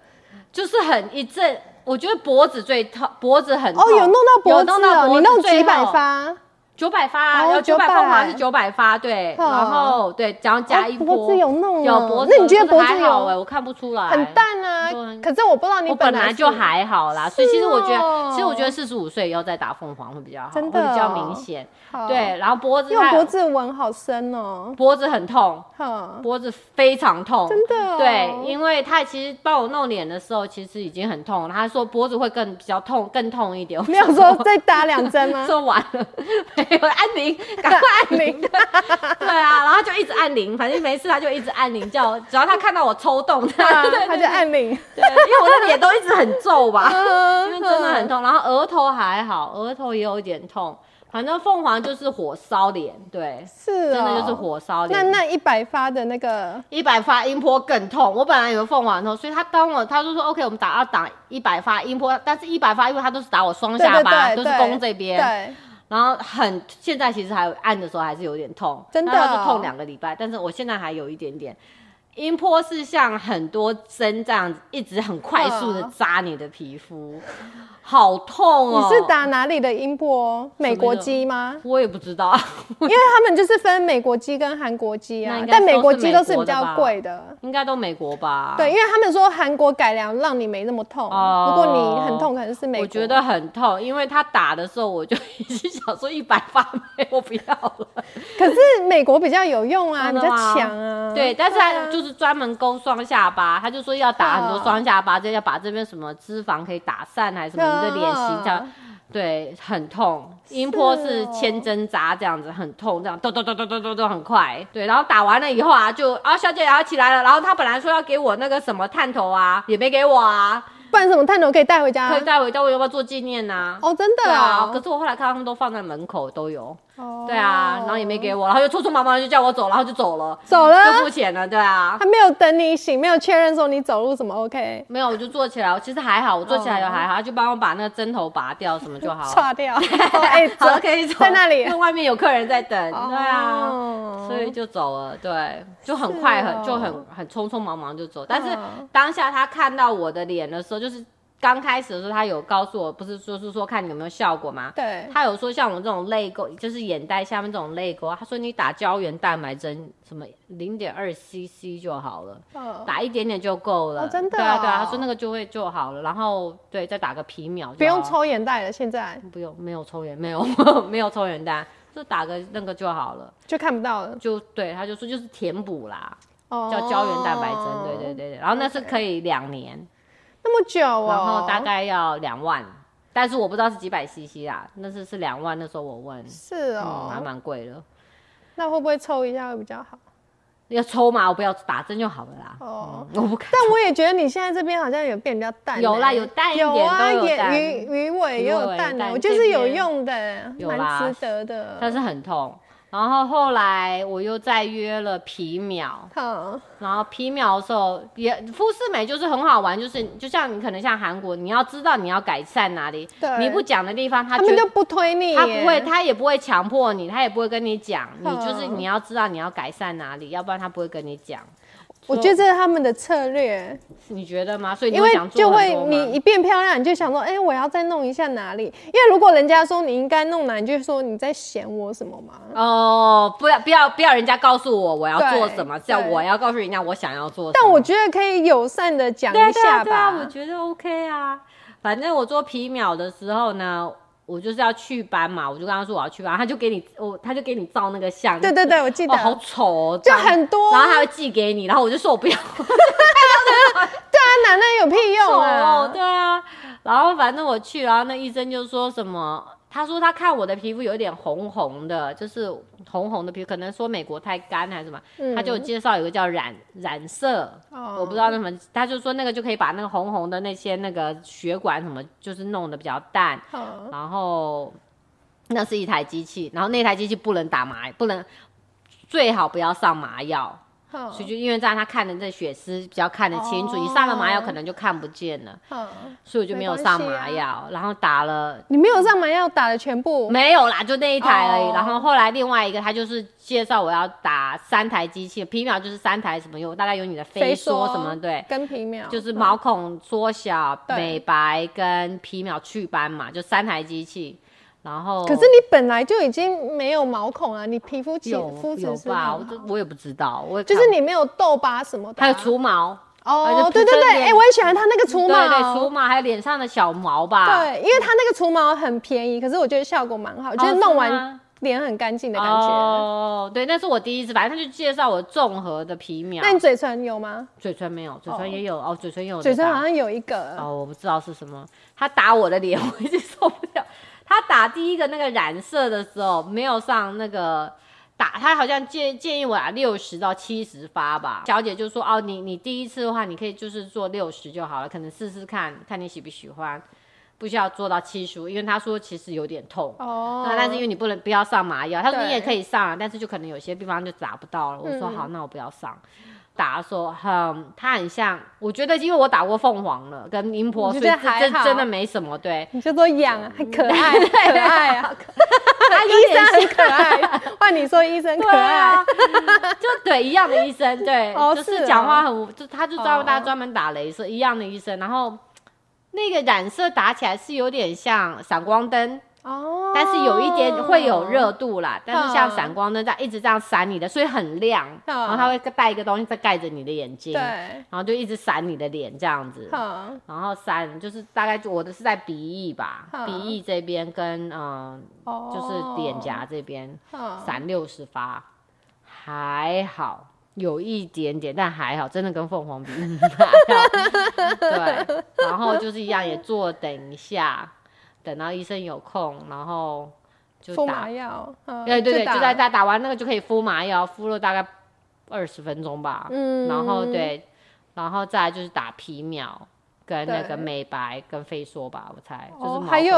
[SPEAKER 2] 就是很一阵，我觉得脖子最痛，脖子很痛。
[SPEAKER 1] 哦，有弄到脖
[SPEAKER 2] 有
[SPEAKER 1] 子
[SPEAKER 2] 弄到
[SPEAKER 1] 哦，
[SPEAKER 2] 脖
[SPEAKER 1] 你
[SPEAKER 2] 子
[SPEAKER 1] 弄
[SPEAKER 2] 最
[SPEAKER 1] 几百
[SPEAKER 2] 后？
[SPEAKER 1] 发？
[SPEAKER 2] 九百发，
[SPEAKER 1] 哦
[SPEAKER 2] 有九百
[SPEAKER 1] 900
[SPEAKER 2] 凤凰是九百发，对，
[SPEAKER 1] 哦
[SPEAKER 2] 然后对，然后加
[SPEAKER 1] 哦
[SPEAKER 2] 一波。
[SPEAKER 1] 脖子有弄
[SPEAKER 2] 有
[SPEAKER 1] 哦
[SPEAKER 2] 脖子，
[SPEAKER 1] 那你觉得脖子
[SPEAKER 2] 还好
[SPEAKER 1] 有
[SPEAKER 2] 哎、我看不出来，
[SPEAKER 1] 很。淡啊
[SPEAKER 2] 对。
[SPEAKER 1] 可是我不知道你
[SPEAKER 2] 我本来
[SPEAKER 1] 是
[SPEAKER 2] 就还好啦，所以其实我觉得，
[SPEAKER 1] 哦
[SPEAKER 2] 其实我觉得四十五岁以后再打凤凰会比较好，
[SPEAKER 1] 真的哦
[SPEAKER 2] 会比较明显。
[SPEAKER 1] 好，
[SPEAKER 2] 对，然后脖子
[SPEAKER 1] 因为我
[SPEAKER 2] 还
[SPEAKER 1] 脖子纹好深哦，
[SPEAKER 2] 脖子很痛，
[SPEAKER 1] 哈，
[SPEAKER 2] 脖子非常痛，
[SPEAKER 1] 真的哦
[SPEAKER 2] 对，因为他其实帮我弄脸的时候，其实已经很痛了。他说脖子会更比较痛，更痛一点。我
[SPEAKER 1] 没有
[SPEAKER 2] 想
[SPEAKER 1] 说再打两针 吗？
[SPEAKER 2] 说完了，没有按铃，赶快按铃。 对啊，然后就一直按铃，反正没事，他就一直按铃 叫我。只要他看到我抽动， 他
[SPEAKER 1] 啊他就按铃，
[SPEAKER 2] 对，因为我的脸都一直很皱吧，因
[SPEAKER 1] 因
[SPEAKER 2] 为真的很嗯痛。然后额头还好，额头也有一点痛。反正凤凰就是火烧脸，对，
[SPEAKER 1] 是
[SPEAKER 2] 真
[SPEAKER 1] 哦
[SPEAKER 2] 的就是。火烧脸。
[SPEAKER 1] 那那一百发的那个，
[SPEAKER 2] 一百发音波更痛。我本来以为凤凰痛，所以他当我他就说 OK，我们打要打一百发音波，但是一百发，因为他都是打我双
[SPEAKER 1] 对
[SPEAKER 2] 下
[SPEAKER 1] 对
[SPEAKER 2] 巴，
[SPEAKER 1] 对，
[SPEAKER 2] 都是
[SPEAKER 1] 对
[SPEAKER 2] 弓这边，
[SPEAKER 1] 对，
[SPEAKER 2] 然后很现在其实还有按的时候还是有点痛，
[SPEAKER 1] 真的哦
[SPEAKER 2] 那它是痛两个礼拜，但是我现在还有一点点。音波是像很多针这样子，一直很快速的
[SPEAKER 1] 嗯
[SPEAKER 2] 扎你的皮肤，好痛
[SPEAKER 1] 你
[SPEAKER 2] 哦！
[SPEAKER 1] 是打哪里的音波？美国鸡吗？
[SPEAKER 2] 我也不知道，
[SPEAKER 1] 因为他们就是分美国鸡跟韩国鸡
[SPEAKER 2] 那
[SPEAKER 1] 啊
[SPEAKER 2] 应，该
[SPEAKER 1] 但美
[SPEAKER 2] 都
[SPEAKER 1] 国
[SPEAKER 2] 是
[SPEAKER 1] 鸡
[SPEAKER 2] 美
[SPEAKER 1] 都是
[SPEAKER 2] 国
[SPEAKER 1] 比
[SPEAKER 2] 的
[SPEAKER 1] 较
[SPEAKER 2] 吧
[SPEAKER 1] 贵的。
[SPEAKER 2] 应该都美国吧？
[SPEAKER 1] 对，因为他们说韩国改良让你没那么痛，
[SPEAKER 2] 哦
[SPEAKER 1] 如果你很痛，可能是美国。
[SPEAKER 2] 我觉得很痛，因为他打的时候我就已经想说一百发没，我不要了。
[SPEAKER 1] 可是美国比较有用啊，
[SPEAKER 2] 真
[SPEAKER 1] 比
[SPEAKER 2] 的
[SPEAKER 1] 较
[SPEAKER 2] 吗
[SPEAKER 1] 强啊。
[SPEAKER 2] 对，但是
[SPEAKER 1] 对啊
[SPEAKER 2] 他就是专门勾双下巴，他就说要打很多
[SPEAKER 1] 哦
[SPEAKER 2] 双下巴，这要把这边什么脂肪可以打散，还是什么你的脸型这样
[SPEAKER 1] 啊。
[SPEAKER 2] 对，很痛，音波是
[SPEAKER 1] 哦
[SPEAKER 2] 千针扎这样子，很痛，这样咚咚咚咚咚咚咚很快。对，然后打完了以后啊，就啊小姐然后起来了，然后他本来说要给我那个什么探头啊，也没给我啊，
[SPEAKER 1] 不然什么探头可以带回家？
[SPEAKER 2] 可以带回家，我要不要做纪念呐、
[SPEAKER 1] 啊哦，真的
[SPEAKER 2] 对啊，可
[SPEAKER 1] 哦。
[SPEAKER 2] 是我后来看他们都放在门口都有，
[SPEAKER 1] 哦
[SPEAKER 2] 对啊，然后也没给我，然后就匆匆忙忙地就叫我走，然后就走了，
[SPEAKER 1] 走
[SPEAKER 2] 就
[SPEAKER 1] 了
[SPEAKER 2] 付，钱了，对啊
[SPEAKER 1] 他，没有等你醒，没有确认说你走路怎么 OK，
[SPEAKER 2] 没有，我就坐起来，我其实还好，我坐起来就
[SPEAKER 1] 哦
[SPEAKER 2] 还好，他就帮我把那个针头拔掉什么就好了，
[SPEAKER 1] 刷 掉。哦 哎，
[SPEAKER 2] 好了
[SPEAKER 1] 走
[SPEAKER 2] 可以走，
[SPEAKER 1] 在那里
[SPEAKER 2] 因为外面有客人在等，
[SPEAKER 1] 哦
[SPEAKER 2] 对啊。所以就走了，对，就很快，
[SPEAKER 1] 是哦
[SPEAKER 2] 很就很很匆匆忙忙就走。但是
[SPEAKER 1] 嗯
[SPEAKER 2] 当下他看到我的脸的时候，就是刚开始的时候，他有告诉我，不是说是说看你有没有效果吗？
[SPEAKER 1] 对，嗯
[SPEAKER 2] 他有说像我这种泪沟，就是眼袋下面这种泪沟，他说你打胶原蛋白针，什么零点二 CC 就好了，
[SPEAKER 1] 嗯
[SPEAKER 2] 打一点点就够了。
[SPEAKER 1] 哦真的
[SPEAKER 2] 对啊
[SPEAKER 1] 哦
[SPEAKER 2] 对啊，他说那个就会就好了，然后对再打个皮秒，
[SPEAKER 1] 不用，抽眼袋了，现在
[SPEAKER 2] 不用没有抽烟，没有 没有抽烟弹，就打个那个就好了，
[SPEAKER 1] 就看不到了。
[SPEAKER 2] 就对他就说就是填补啦，
[SPEAKER 1] 哦，
[SPEAKER 2] 叫胶原蛋白针，对对对。对，然后那是可以两年，
[SPEAKER 1] 那么久哦，
[SPEAKER 2] 然后大概要两万。但是我不知道是几百 CC 啦，那是是两万，那时候我问，
[SPEAKER 1] 是
[SPEAKER 2] 嗯，还
[SPEAKER 1] 哦，
[SPEAKER 2] 蛮贵的。
[SPEAKER 1] 那会不会抽一下会比较好？
[SPEAKER 2] 要抽嘛，我不要打针就好了啦。
[SPEAKER 1] 哦
[SPEAKER 2] 嗯，我不敢。
[SPEAKER 1] 但我也觉得你现在这边好像有变比较淡欸，
[SPEAKER 2] 有啦有淡一点
[SPEAKER 1] 有啊，
[SPEAKER 2] 都有
[SPEAKER 1] 眼
[SPEAKER 2] 淡
[SPEAKER 1] 鱼鱼尾也有淡
[SPEAKER 2] 鱼尾有
[SPEAKER 1] 的，
[SPEAKER 2] 淡
[SPEAKER 1] 我觉得是有
[SPEAKER 2] 这边
[SPEAKER 1] 用的欸，
[SPEAKER 2] 有
[SPEAKER 1] 蛮
[SPEAKER 2] 啦
[SPEAKER 1] 值得的。
[SPEAKER 2] 但是很痛。然后后来我又再约了皮秒，
[SPEAKER 1] 嗯，
[SPEAKER 2] 然后皮秒的时候也肤适美就是很好玩，就是就像你可能像韩国，你要知道你要改善哪里
[SPEAKER 1] 对，
[SPEAKER 2] 你不讲的地方，他
[SPEAKER 1] 他们
[SPEAKER 2] 绝
[SPEAKER 1] 就不推你耶，
[SPEAKER 2] 他不会，他也不会强迫你，他也不会跟你讲，你
[SPEAKER 1] 嗯
[SPEAKER 2] 就是你要知道你要改善哪里，要不然他不会跟你讲。
[SPEAKER 1] 我觉得这是他们的策略，
[SPEAKER 2] 你觉得吗？所以你
[SPEAKER 1] 因为
[SPEAKER 2] 想
[SPEAKER 1] 就
[SPEAKER 2] 做很
[SPEAKER 1] 会
[SPEAKER 2] 多吗
[SPEAKER 1] 你一变漂亮，你就想说，哎，我要再弄一下哪里？因为如果人家说你应该弄哪，你就说你在嫌我什么嘛？
[SPEAKER 2] 哦，不要不要不要人家告诉我我要
[SPEAKER 1] 对
[SPEAKER 2] 做什么，这样
[SPEAKER 1] 对
[SPEAKER 2] 我要告诉人家我想要做什么。
[SPEAKER 1] 但我觉得可以友善的讲
[SPEAKER 2] 对啊
[SPEAKER 1] 一
[SPEAKER 2] 对啊
[SPEAKER 1] 下
[SPEAKER 2] 对啊，我
[SPEAKER 1] 吧。
[SPEAKER 2] 觉得 OK 啊。反正我做皮秒的时候呢，我就是要祛斑嘛，我就跟他说我要祛斑，他就给你我他就给你照那个相，
[SPEAKER 1] 对对对，我记得，
[SPEAKER 2] 哦，好丑哦，
[SPEAKER 1] 就
[SPEAKER 2] 这样
[SPEAKER 1] 很多
[SPEAKER 2] 然后他会寄给你，然后我就说我不要，
[SPEAKER 1] 对啊，男的有屁用
[SPEAKER 2] 哦
[SPEAKER 1] 啊，？
[SPEAKER 2] 对啊，然后反正我去，然后那医生就说什么，他说他看我的皮肤有点红红的，就是红红的皮肤，可能说美国太干还是什么，
[SPEAKER 1] 嗯
[SPEAKER 2] 他就有介绍有个叫染染色，
[SPEAKER 1] 哦
[SPEAKER 2] 我不知道那什么，他就说那个就可以把那个红红的那些那个血管什么，就是弄得比较淡，
[SPEAKER 1] 好
[SPEAKER 2] 然后那是一台机器，然后那台机器不能打麻，不能最好不要上麻药。
[SPEAKER 1] 好
[SPEAKER 2] 所以就因为这样，他看的这血丝比较看得清楚。
[SPEAKER 1] 哦
[SPEAKER 2] 你上了麻药，可能就看不见了，
[SPEAKER 1] 好，
[SPEAKER 2] 所以我就没有上麻药，然后打了
[SPEAKER 1] 你没有上麻药打的全部，
[SPEAKER 2] 没有啦，就那一台而已。
[SPEAKER 1] 哦
[SPEAKER 2] 然后后来另外一个，他就是介绍我要打三台机器，皮秒就是三台什么有，大概有你的飞梭什么对。
[SPEAKER 1] 跟皮秒
[SPEAKER 2] 就是毛孔缩小、
[SPEAKER 1] 对
[SPEAKER 2] 美白跟皮秒祛斑嘛，就三台机器。然后
[SPEAKER 1] 可是你本来就已经没有毛孔了，你皮肤其
[SPEAKER 2] 有
[SPEAKER 1] 肤质
[SPEAKER 2] 有
[SPEAKER 1] 是
[SPEAKER 2] 吧？
[SPEAKER 1] 很
[SPEAKER 2] 我
[SPEAKER 1] 好
[SPEAKER 2] 就我也不知道，我也
[SPEAKER 1] 就是
[SPEAKER 2] 看
[SPEAKER 1] 你没有痘疤什么的啊、
[SPEAKER 2] 还有除毛，还
[SPEAKER 1] 哦
[SPEAKER 2] 有，
[SPEAKER 1] 对对
[SPEAKER 2] 涂
[SPEAKER 1] 对，
[SPEAKER 2] 正
[SPEAKER 1] 哎、
[SPEAKER 2] 脸
[SPEAKER 1] 我也喜欢它那个除毛，
[SPEAKER 2] 对对，除毛还有脸上的小毛吧，
[SPEAKER 1] 对因为它那个除毛很便宜，可是我觉得效果蛮好，就是弄
[SPEAKER 2] 哦是
[SPEAKER 1] 完
[SPEAKER 2] 吗
[SPEAKER 1] 脸很干净的感觉。
[SPEAKER 2] 哦，对，那是我第一次，反正他就介绍我综合的皮秒
[SPEAKER 1] 那。你嘴唇有吗？
[SPEAKER 2] 嘴唇没有，嘴唇也有哦嘴唇有的
[SPEAKER 1] 嘴唇
[SPEAKER 2] 打
[SPEAKER 1] 好像有一个，
[SPEAKER 2] 哦，我不知道是什么。他打我的脸， 我一直受不了。他打第一个那个染色的时候，没有上那个打，他好像建建议我打六十到七十发吧。小姐就说：“哦，你你第一次的话，你可以就是做六十就好了，可能试试看看你喜不喜欢，不需要做到七十五，因为他说其实有点痛。”
[SPEAKER 1] 哦，
[SPEAKER 2] 那但是因为你不能不要上麻药，他说
[SPEAKER 1] 对嗯
[SPEAKER 2] 你也可以上啊，但是就可能有些地方就打不到了。我说好，那我不要上。打的时候很，它很像，我觉得因为我打过凤凰了，跟英婆，
[SPEAKER 1] 你
[SPEAKER 2] 所
[SPEAKER 1] 觉
[SPEAKER 2] 以
[SPEAKER 1] 得
[SPEAKER 2] 这
[SPEAKER 1] 还
[SPEAKER 2] 这
[SPEAKER 1] 好
[SPEAKER 2] 真的没什么。 对，
[SPEAKER 1] 你就说痒啊，很可 爱，可爱啊，医生很可爱。换你说医生可
[SPEAKER 2] 对
[SPEAKER 1] 爱
[SPEAKER 2] 啊，，就对一样的医生，对，
[SPEAKER 1] 哦
[SPEAKER 2] 就是是
[SPEAKER 1] 哦
[SPEAKER 2] 讲话很，就他就专
[SPEAKER 1] 哦
[SPEAKER 2] 门大家专门打镭射一样的医生，然后那个染色打起来是有点像闪光灯，
[SPEAKER 1] 哦，
[SPEAKER 2] 但是有一点会有热度啦，但是像闪光灯这样一直这样闪你的，所以很亮，
[SPEAKER 1] 嗯
[SPEAKER 2] 然后它会带一个东西在盖着你的眼睛，然
[SPEAKER 1] 对，哦
[SPEAKER 2] 后就一直闪你的脸这样子，
[SPEAKER 1] 好，
[SPEAKER 2] 然后闪就是大概就我的是在鼻翼吧，
[SPEAKER 1] 嗯
[SPEAKER 2] 鼻翼这边跟嗯、
[SPEAKER 1] 哦
[SPEAKER 2] 就是脸，颊这边
[SPEAKER 1] 好，
[SPEAKER 2] 闪六十发，还好。有一点点，但还好，真的跟凤凰比 还好。对，然后就是一样，也坐等一下，等到医生有空，然后就
[SPEAKER 1] 敷
[SPEAKER 2] 打哎
[SPEAKER 1] 麻药，嗯
[SPEAKER 2] 对对对，
[SPEAKER 1] 打
[SPEAKER 2] 就在打打完那个就可以敷麻药，敷了大概二十分钟吧。
[SPEAKER 1] 嗯
[SPEAKER 2] 然后对，然后再来就是打皮秒跟那
[SPEAKER 1] 对
[SPEAKER 2] 个美白跟飞梭吧，我猜就是毛
[SPEAKER 1] 哦
[SPEAKER 2] 孔、
[SPEAKER 1] 还有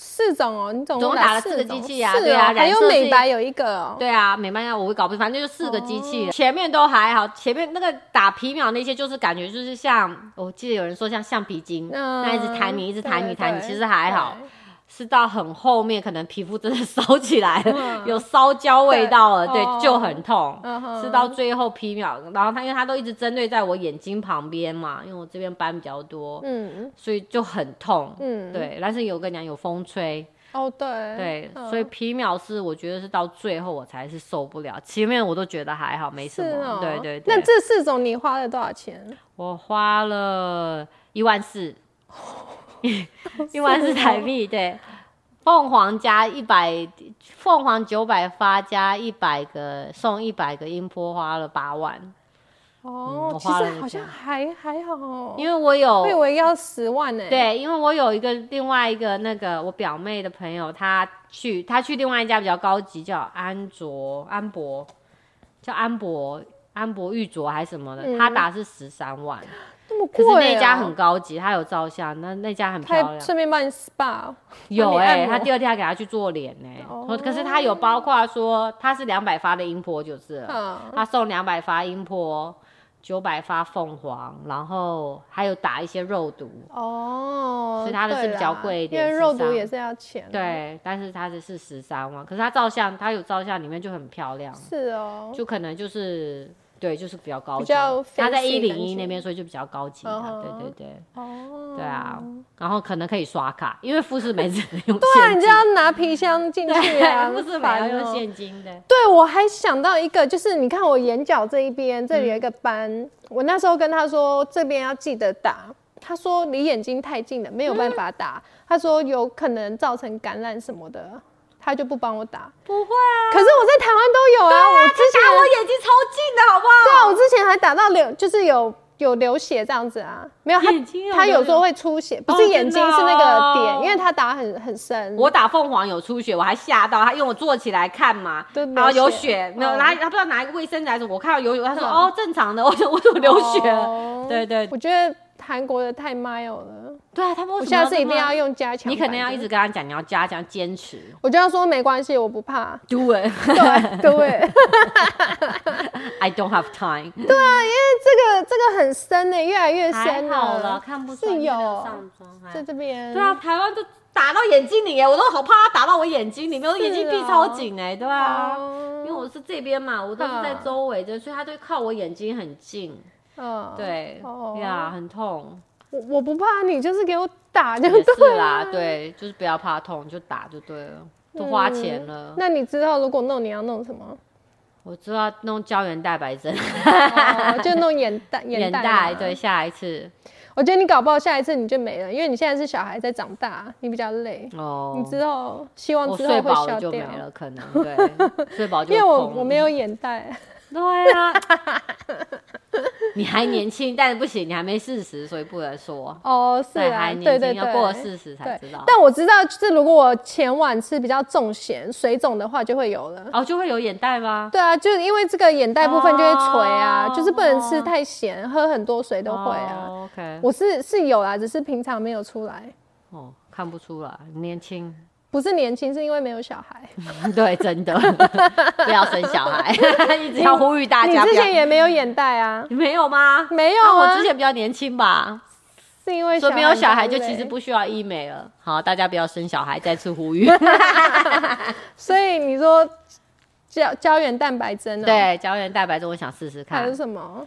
[SPEAKER 1] 四种哦，你总
[SPEAKER 2] 总共
[SPEAKER 1] 共
[SPEAKER 2] 打了四个
[SPEAKER 1] 种
[SPEAKER 2] 机器啊
[SPEAKER 1] 是
[SPEAKER 2] 对啊
[SPEAKER 1] 哦还
[SPEAKER 2] 染
[SPEAKER 1] 有
[SPEAKER 2] 色
[SPEAKER 1] 美
[SPEAKER 2] 剂
[SPEAKER 1] 白有一个哦，
[SPEAKER 2] 对啊，美白药我也搞不清，反正就四个机器，前面都还好，前面那个打皮秒那些就是感觉就是像我记得有人说像橡皮筋，
[SPEAKER 1] 嗯
[SPEAKER 2] 那一直弹你，一直弹
[SPEAKER 1] 对
[SPEAKER 2] 你弹你，
[SPEAKER 1] 对
[SPEAKER 2] 其实还好。
[SPEAKER 1] 对
[SPEAKER 2] 是到很后面，可能皮肤真的烧起来了，
[SPEAKER 1] 嗯
[SPEAKER 2] 有烧焦味道了，对，
[SPEAKER 1] 对哦
[SPEAKER 2] 就很痛。
[SPEAKER 1] 嗯哼
[SPEAKER 2] 是到最后皮秒，然后他因为他都一直针对在我眼睛旁边嘛，因为我这边斑比较多，
[SPEAKER 1] 嗯
[SPEAKER 2] 所以就很痛。
[SPEAKER 1] 嗯，
[SPEAKER 2] 对，但是有跟你讲有风吹，
[SPEAKER 1] 哦对
[SPEAKER 2] 对，
[SPEAKER 1] 嗯
[SPEAKER 2] 所以皮秒是我觉得是到最后我才是受不了，前面我都觉得还好，没
[SPEAKER 1] 是
[SPEAKER 2] 什么。
[SPEAKER 1] 哦，
[SPEAKER 2] 对对对，
[SPEAKER 1] 那这四种你花了多少钱？
[SPEAKER 2] 我花了一万四，一万四台币，对。凤凰加一百，凤凰九百发加一百个送一百个音波，花了八万。
[SPEAKER 1] 哦，
[SPEAKER 2] 嗯我
[SPEAKER 1] 其
[SPEAKER 2] 花
[SPEAKER 1] 实
[SPEAKER 2] 了一
[SPEAKER 1] 好像
[SPEAKER 2] 千
[SPEAKER 1] 还还好哦，
[SPEAKER 2] 因为我有
[SPEAKER 1] 我以为要十万呢。，
[SPEAKER 2] 对，因为我有一个另外一个那个我表妹的朋友，她去她去另外一家比较高级，叫安卓安博，叫安博安博玉卓还是什么的，
[SPEAKER 1] 嗯
[SPEAKER 2] 她打是十三万，
[SPEAKER 1] 那么
[SPEAKER 2] 可
[SPEAKER 1] 贵
[SPEAKER 2] 是
[SPEAKER 1] 哦。
[SPEAKER 2] 那家很高级，她有照相，那那家很
[SPEAKER 1] 他
[SPEAKER 2] 漂
[SPEAKER 1] 还
[SPEAKER 2] 亮。
[SPEAKER 1] 顺便帮你 SPA，
[SPEAKER 2] 有
[SPEAKER 1] 帮你按
[SPEAKER 2] 哎、
[SPEAKER 1] 摩
[SPEAKER 2] 他第二天还给他去做脸呢、
[SPEAKER 1] 哦
[SPEAKER 2] 哦，可是他有包括说他是两百发的音波就是了，
[SPEAKER 1] 嗯，
[SPEAKER 2] 他送两百发音波，九百发凤凰，然后还有打一些肉毒，
[SPEAKER 1] 哦，
[SPEAKER 2] 所以它的是
[SPEAKER 1] 对啦
[SPEAKER 2] 比较贵一点
[SPEAKER 1] 因为肉毒
[SPEAKER 2] 13
[SPEAKER 1] 也是要钱。，
[SPEAKER 2] 对，但是他的是十三万，可是他照相他有照相里面就很漂亮，
[SPEAKER 1] 是哦，
[SPEAKER 2] 就可能就是对，就是比较高
[SPEAKER 1] 比
[SPEAKER 2] 级，
[SPEAKER 1] 较
[SPEAKER 2] 他在
[SPEAKER 1] fancy
[SPEAKER 2] 一零
[SPEAKER 1] 感觉
[SPEAKER 2] 一那边，所以就比较高级
[SPEAKER 1] 嗯
[SPEAKER 2] 啊，
[SPEAKER 1] 哼
[SPEAKER 2] 对对对。
[SPEAKER 1] 哦，
[SPEAKER 2] 对啊，然后可能可以刷卡，因为富士梅子用
[SPEAKER 1] 不然
[SPEAKER 2] 现
[SPEAKER 1] 啊你就
[SPEAKER 2] 金，
[SPEAKER 1] 要拿皮箱进去啊，
[SPEAKER 2] 富士梅
[SPEAKER 1] 烦
[SPEAKER 2] 要用
[SPEAKER 1] 哦
[SPEAKER 2] 现金的。
[SPEAKER 1] 对，我还想到一个，就是你
[SPEAKER 2] 嗯
[SPEAKER 1] 看我眼角这一边，这里有一个斑，我那时候跟他说这边要记得打，他说离眼睛太近的没有办法打，他说有可能造成感染什么的，他就不帮我打。
[SPEAKER 2] 不会啊，
[SPEAKER 1] 可是我在台湾都有啊，我之前
[SPEAKER 2] 打我眼睛超近的好不
[SPEAKER 1] 对
[SPEAKER 2] 好？
[SPEAKER 1] 啊，我之前还打到流，就是有有流血这样子啊，没有他
[SPEAKER 2] 眼睛有
[SPEAKER 1] 他
[SPEAKER 2] 流
[SPEAKER 1] 有时候
[SPEAKER 2] 血
[SPEAKER 1] 会出血，不
[SPEAKER 2] 哦
[SPEAKER 1] 是眼睛、
[SPEAKER 2] 真的
[SPEAKER 1] 是那
[SPEAKER 2] 哦
[SPEAKER 1] 个点，因为他打很很深。
[SPEAKER 2] 我打凤凰有出血，我还吓到他，因为我坐起来看嘛
[SPEAKER 1] 对，
[SPEAKER 2] 然后有
[SPEAKER 1] 流血
[SPEAKER 2] 血，没有，
[SPEAKER 1] 嗯
[SPEAKER 2] 然后他不知道拿一个卫生纸还是什么，我看到有有，他说
[SPEAKER 1] 嗯
[SPEAKER 2] 哦正常的，我就我就流血了
[SPEAKER 1] 哦，
[SPEAKER 2] 对对
[SPEAKER 1] 我觉得韩国的太 mild 了，
[SPEAKER 2] 对啊，他们为什
[SPEAKER 1] 我
[SPEAKER 2] 么
[SPEAKER 1] 下次一定
[SPEAKER 2] 这么
[SPEAKER 1] 要，用加强。
[SPEAKER 2] 你可能要一直，跟他讲，你要加强坚持
[SPEAKER 1] 我就要说没关系，我 不怕。
[SPEAKER 2] ，do it，啊
[SPEAKER 1] 对对。
[SPEAKER 2] I don't have time，
[SPEAKER 1] 这个这个很深呢、越来越
[SPEAKER 2] 还
[SPEAKER 1] 深啊
[SPEAKER 2] 好了，看不出来
[SPEAKER 1] 是
[SPEAKER 2] 没
[SPEAKER 1] 有
[SPEAKER 2] 有上妆，还
[SPEAKER 1] 在这边。
[SPEAKER 2] 对啊，，台湾就打到眼睛里耶，我都好怕他打到我眼睛里面，我的眼睛闭超紧哎，对啊。因为
[SPEAKER 1] 哦，
[SPEAKER 2] 我是这边嘛，我都是在
[SPEAKER 1] 嗯
[SPEAKER 2] 周围的，所以他就靠我眼睛很近，
[SPEAKER 1] 嗯，
[SPEAKER 2] 对，
[SPEAKER 1] 哦
[SPEAKER 2] 呀，很 痛，
[SPEAKER 1] 我我不怕你，就是给我打就
[SPEAKER 2] 也
[SPEAKER 1] 对
[SPEAKER 2] 是
[SPEAKER 1] 了。
[SPEAKER 2] 啦，对，就是不要怕痛，就打就对了，都花钱了。
[SPEAKER 1] 那你知道如果弄你要弄 什么？
[SPEAKER 2] 我知道弄胶原蛋白 针，
[SPEAKER 1] 哦、就弄眼袋，
[SPEAKER 2] 眼
[SPEAKER 1] 袋
[SPEAKER 2] 袋，
[SPEAKER 1] 嘛
[SPEAKER 2] 对，。下一次
[SPEAKER 1] 我觉得你搞不好下一次你就没了，因为你现在是小孩在长大，你比较累。
[SPEAKER 2] 哦，
[SPEAKER 1] 你之后希望
[SPEAKER 2] 我
[SPEAKER 1] 之
[SPEAKER 2] 睡
[SPEAKER 1] 后会
[SPEAKER 2] 饱
[SPEAKER 1] 消
[SPEAKER 2] 了就没
[SPEAKER 1] 掉，
[SPEAKER 2] 了，可能对，睡饱就
[SPEAKER 1] 因为我
[SPEAKER 2] 空
[SPEAKER 1] 我没有眼袋，
[SPEAKER 2] 对啊，你还年轻，但是不行，你还没四十，所以不能说。
[SPEAKER 1] 哦，是
[SPEAKER 2] 对，
[SPEAKER 1] 啊，
[SPEAKER 2] 还
[SPEAKER 1] 对
[SPEAKER 2] 年
[SPEAKER 1] 对
[SPEAKER 2] 轻，
[SPEAKER 1] 对，
[SPEAKER 2] 要过了四十才
[SPEAKER 1] 对
[SPEAKER 2] 知道，。
[SPEAKER 1] 但我知道，就是如果我前晚吃比较重咸、水肿的话，就会有了。
[SPEAKER 2] 哦，就会有眼袋吗？
[SPEAKER 1] 对啊，就是因为这个眼袋部分就会垂啊，
[SPEAKER 2] 哦
[SPEAKER 1] 就是不能吃太咸，喝很多水都会啊。
[SPEAKER 2] 哦 OK，
[SPEAKER 1] 我是是有啦，只是平常没有出来。
[SPEAKER 2] 哦，看不出来，年轻。
[SPEAKER 1] 不是年轻，是因为没有小孩。
[SPEAKER 2] 对，真的 不要生小孩， 一直要呼吁大
[SPEAKER 1] 你
[SPEAKER 2] 家。不
[SPEAKER 1] 之
[SPEAKER 2] 要
[SPEAKER 1] 前也没有眼袋啊，
[SPEAKER 2] 你没有吗？
[SPEAKER 1] 没有
[SPEAKER 2] 啊
[SPEAKER 1] 啊
[SPEAKER 2] 我之前比较年轻吧，
[SPEAKER 1] 是因为
[SPEAKER 2] 所以没有小孩
[SPEAKER 1] 比
[SPEAKER 2] 就
[SPEAKER 1] 较
[SPEAKER 2] 其实
[SPEAKER 1] 累。
[SPEAKER 2] 不需要医美了。好，大家不要生小孩，再次呼吁。
[SPEAKER 1] 所以你说胶胶原蛋白针哦、，
[SPEAKER 2] 对，胶原蛋白针，我想试试
[SPEAKER 1] 还
[SPEAKER 2] 看
[SPEAKER 1] 有。什么？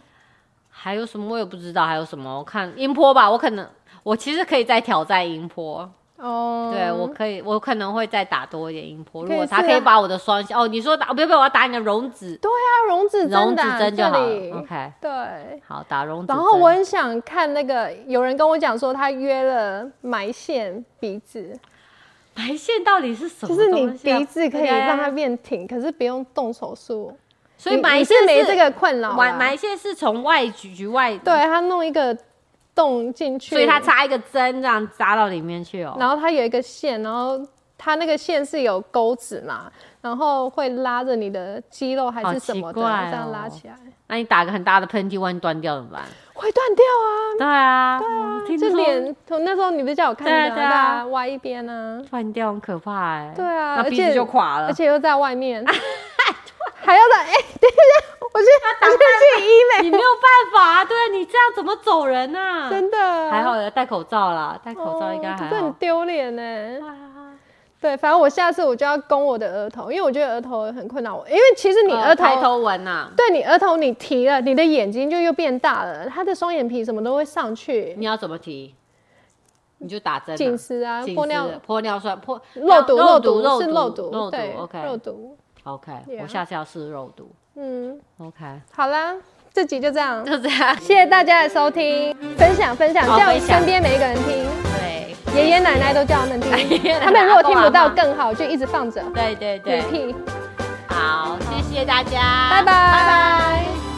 [SPEAKER 2] 还有什么我也不知道，还有什么？我看音波吧，我可能我其实可以再挑战音波。
[SPEAKER 1] 哦，
[SPEAKER 2] 对，我可以，我可能会再打多一点音波。
[SPEAKER 1] 可
[SPEAKER 2] 如
[SPEAKER 1] 以
[SPEAKER 2] 果他
[SPEAKER 1] 试
[SPEAKER 2] 可以
[SPEAKER 1] 啊
[SPEAKER 2] 把我的双颊，哦，你说打，不要不要，我要打你的溶脂，
[SPEAKER 1] 对啊，溶脂针
[SPEAKER 2] 溶
[SPEAKER 1] 的
[SPEAKER 2] 脂
[SPEAKER 1] 啊、
[SPEAKER 2] 针就好
[SPEAKER 1] 这里
[SPEAKER 2] 了。OK，嗯
[SPEAKER 1] 对。
[SPEAKER 2] 好，打溶脂针。
[SPEAKER 1] 然后我很想看那个，有人跟我讲说他约了埋线鼻子，
[SPEAKER 2] 白线到底是什
[SPEAKER 1] 就
[SPEAKER 2] 么
[SPEAKER 1] 是你
[SPEAKER 2] 东西啊？
[SPEAKER 1] 鼻子可以让它
[SPEAKER 2] 对啊，
[SPEAKER 1] 变挺，可是不用动手术。
[SPEAKER 2] 所以
[SPEAKER 1] 你
[SPEAKER 2] 埋
[SPEAKER 1] 你
[SPEAKER 2] 线
[SPEAKER 1] 是没
[SPEAKER 2] 是
[SPEAKER 1] 这个困扰
[SPEAKER 2] 埋
[SPEAKER 1] 啦
[SPEAKER 2] 埋线是从外局局外，
[SPEAKER 1] 对，他弄一个洞进去，
[SPEAKER 2] 所以它插一个针这样扎到里面去哦。
[SPEAKER 1] 然后它有一个线，然后它那个线是有钩子嘛，然后会拉着你的肌肉还
[SPEAKER 2] 好
[SPEAKER 1] 是什么
[SPEAKER 2] 奇
[SPEAKER 1] 的，
[SPEAKER 2] 怪哦
[SPEAKER 1] 这样拉起来
[SPEAKER 2] 那你打个很大的喷嚏，万一断掉怎么办？
[SPEAKER 1] 会断掉啊。
[SPEAKER 2] 对啊，对啊，听
[SPEAKER 1] 就
[SPEAKER 2] 说
[SPEAKER 1] 脸，从那时候你不是叫我看
[SPEAKER 2] 对啊
[SPEAKER 1] 的，
[SPEAKER 2] 对啊
[SPEAKER 1] 大家歪一边啊，
[SPEAKER 2] 断掉很可怕哎。
[SPEAKER 1] 对啊
[SPEAKER 2] 那
[SPEAKER 1] 而
[SPEAKER 2] 鼻
[SPEAKER 1] 且
[SPEAKER 2] 子就垮了
[SPEAKER 1] 而。且又在外 面，还要在哎、等一下，我去，我去去医
[SPEAKER 2] 你
[SPEAKER 1] 美
[SPEAKER 2] 没，有办法啊，对啊，你这样怎么走人啊？
[SPEAKER 1] 真的
[SPEAKER 2] 还好有戴口罩啦，戴口罩应该还
[SPEAKER 1] 哦可是很
[SPEAKER 2] 好。
[SPEAKER 1] 丢脸呢。
[SPEAKER 2] 啊
[SPEAKER 1] 对，反正我下次我就要攻我的额头，因为我觉得额头很困扰我，因为其实你
[SPEAKER 2] 呃
[SPEAKER 1] 额头，
[SPEAKER 2] 抬头纹啊呐，
[SPEAKER 1] 对你额头你提了，你的眼睛就又变大了，他的双眼皮什么都会上去，
[SPEAKER 2] 你要怎么提？你就打针啊。
[SPEAKER 1] 紧实啊，
[SPEAKER 2] 紧
[SPEAKER 1] 玻
[SPEAKER 2] 实
[SPEAKER 1] 尿
[SPEAKER 2] 玻尿酸破
[SPEAKER 1] 肉毒
[SPEAKER 2] 肉
[SPEAKER 1] 毒
[SPEAKER 2] 肉
[SPEAKER 1] 是
[SPEAKER 2] 肉
[SPEAKER 1] 肉毒，
[SPEAKER 2] 肉毒
[SPEAKER 1] 对
[SPEAKER 2] OK
[SPEAKER 1] 肉毒，啊
[SPEAKER 2] OK，
[SPEAKER 1] Yeah
[SPEAKER 2] 我下次要试肉毒
[SPEAKER 1] 嗯，
[SPEAKER 2] OK，
[SPEAKER 1] 好啦，这集就这样，
[SPEAKER 2] 就这样。
[SPEAKER 1] 谢谢大家的收听，分享分享，
[SPEAKER 2] 好
[SPEAKER 1] 叫
[SPEAKER 2] 分享
[SPEAKER 1] 身边每一个人听，
[SPEAKER 2] 对
[SPEAKER 1] 爷爷奶奶都叫他们
[SPEAKER 2] 爷爷
[SPEAKER 1] 听，
[SPEAKER 2] 奶奶
[SPEAKER 1] 他们如果听不到
[SPEAKER 2] 阿公阿嬷
[SPEAKER 1] 更好，就一直放着
[SPEAKER 2] 对对对，
[SPEAKER 1] repeat，
[SPEAKER 2] 好，谢谢大家，
[SPEAKER 1] 拜拜。
[SPEAKER 2] 拜拜。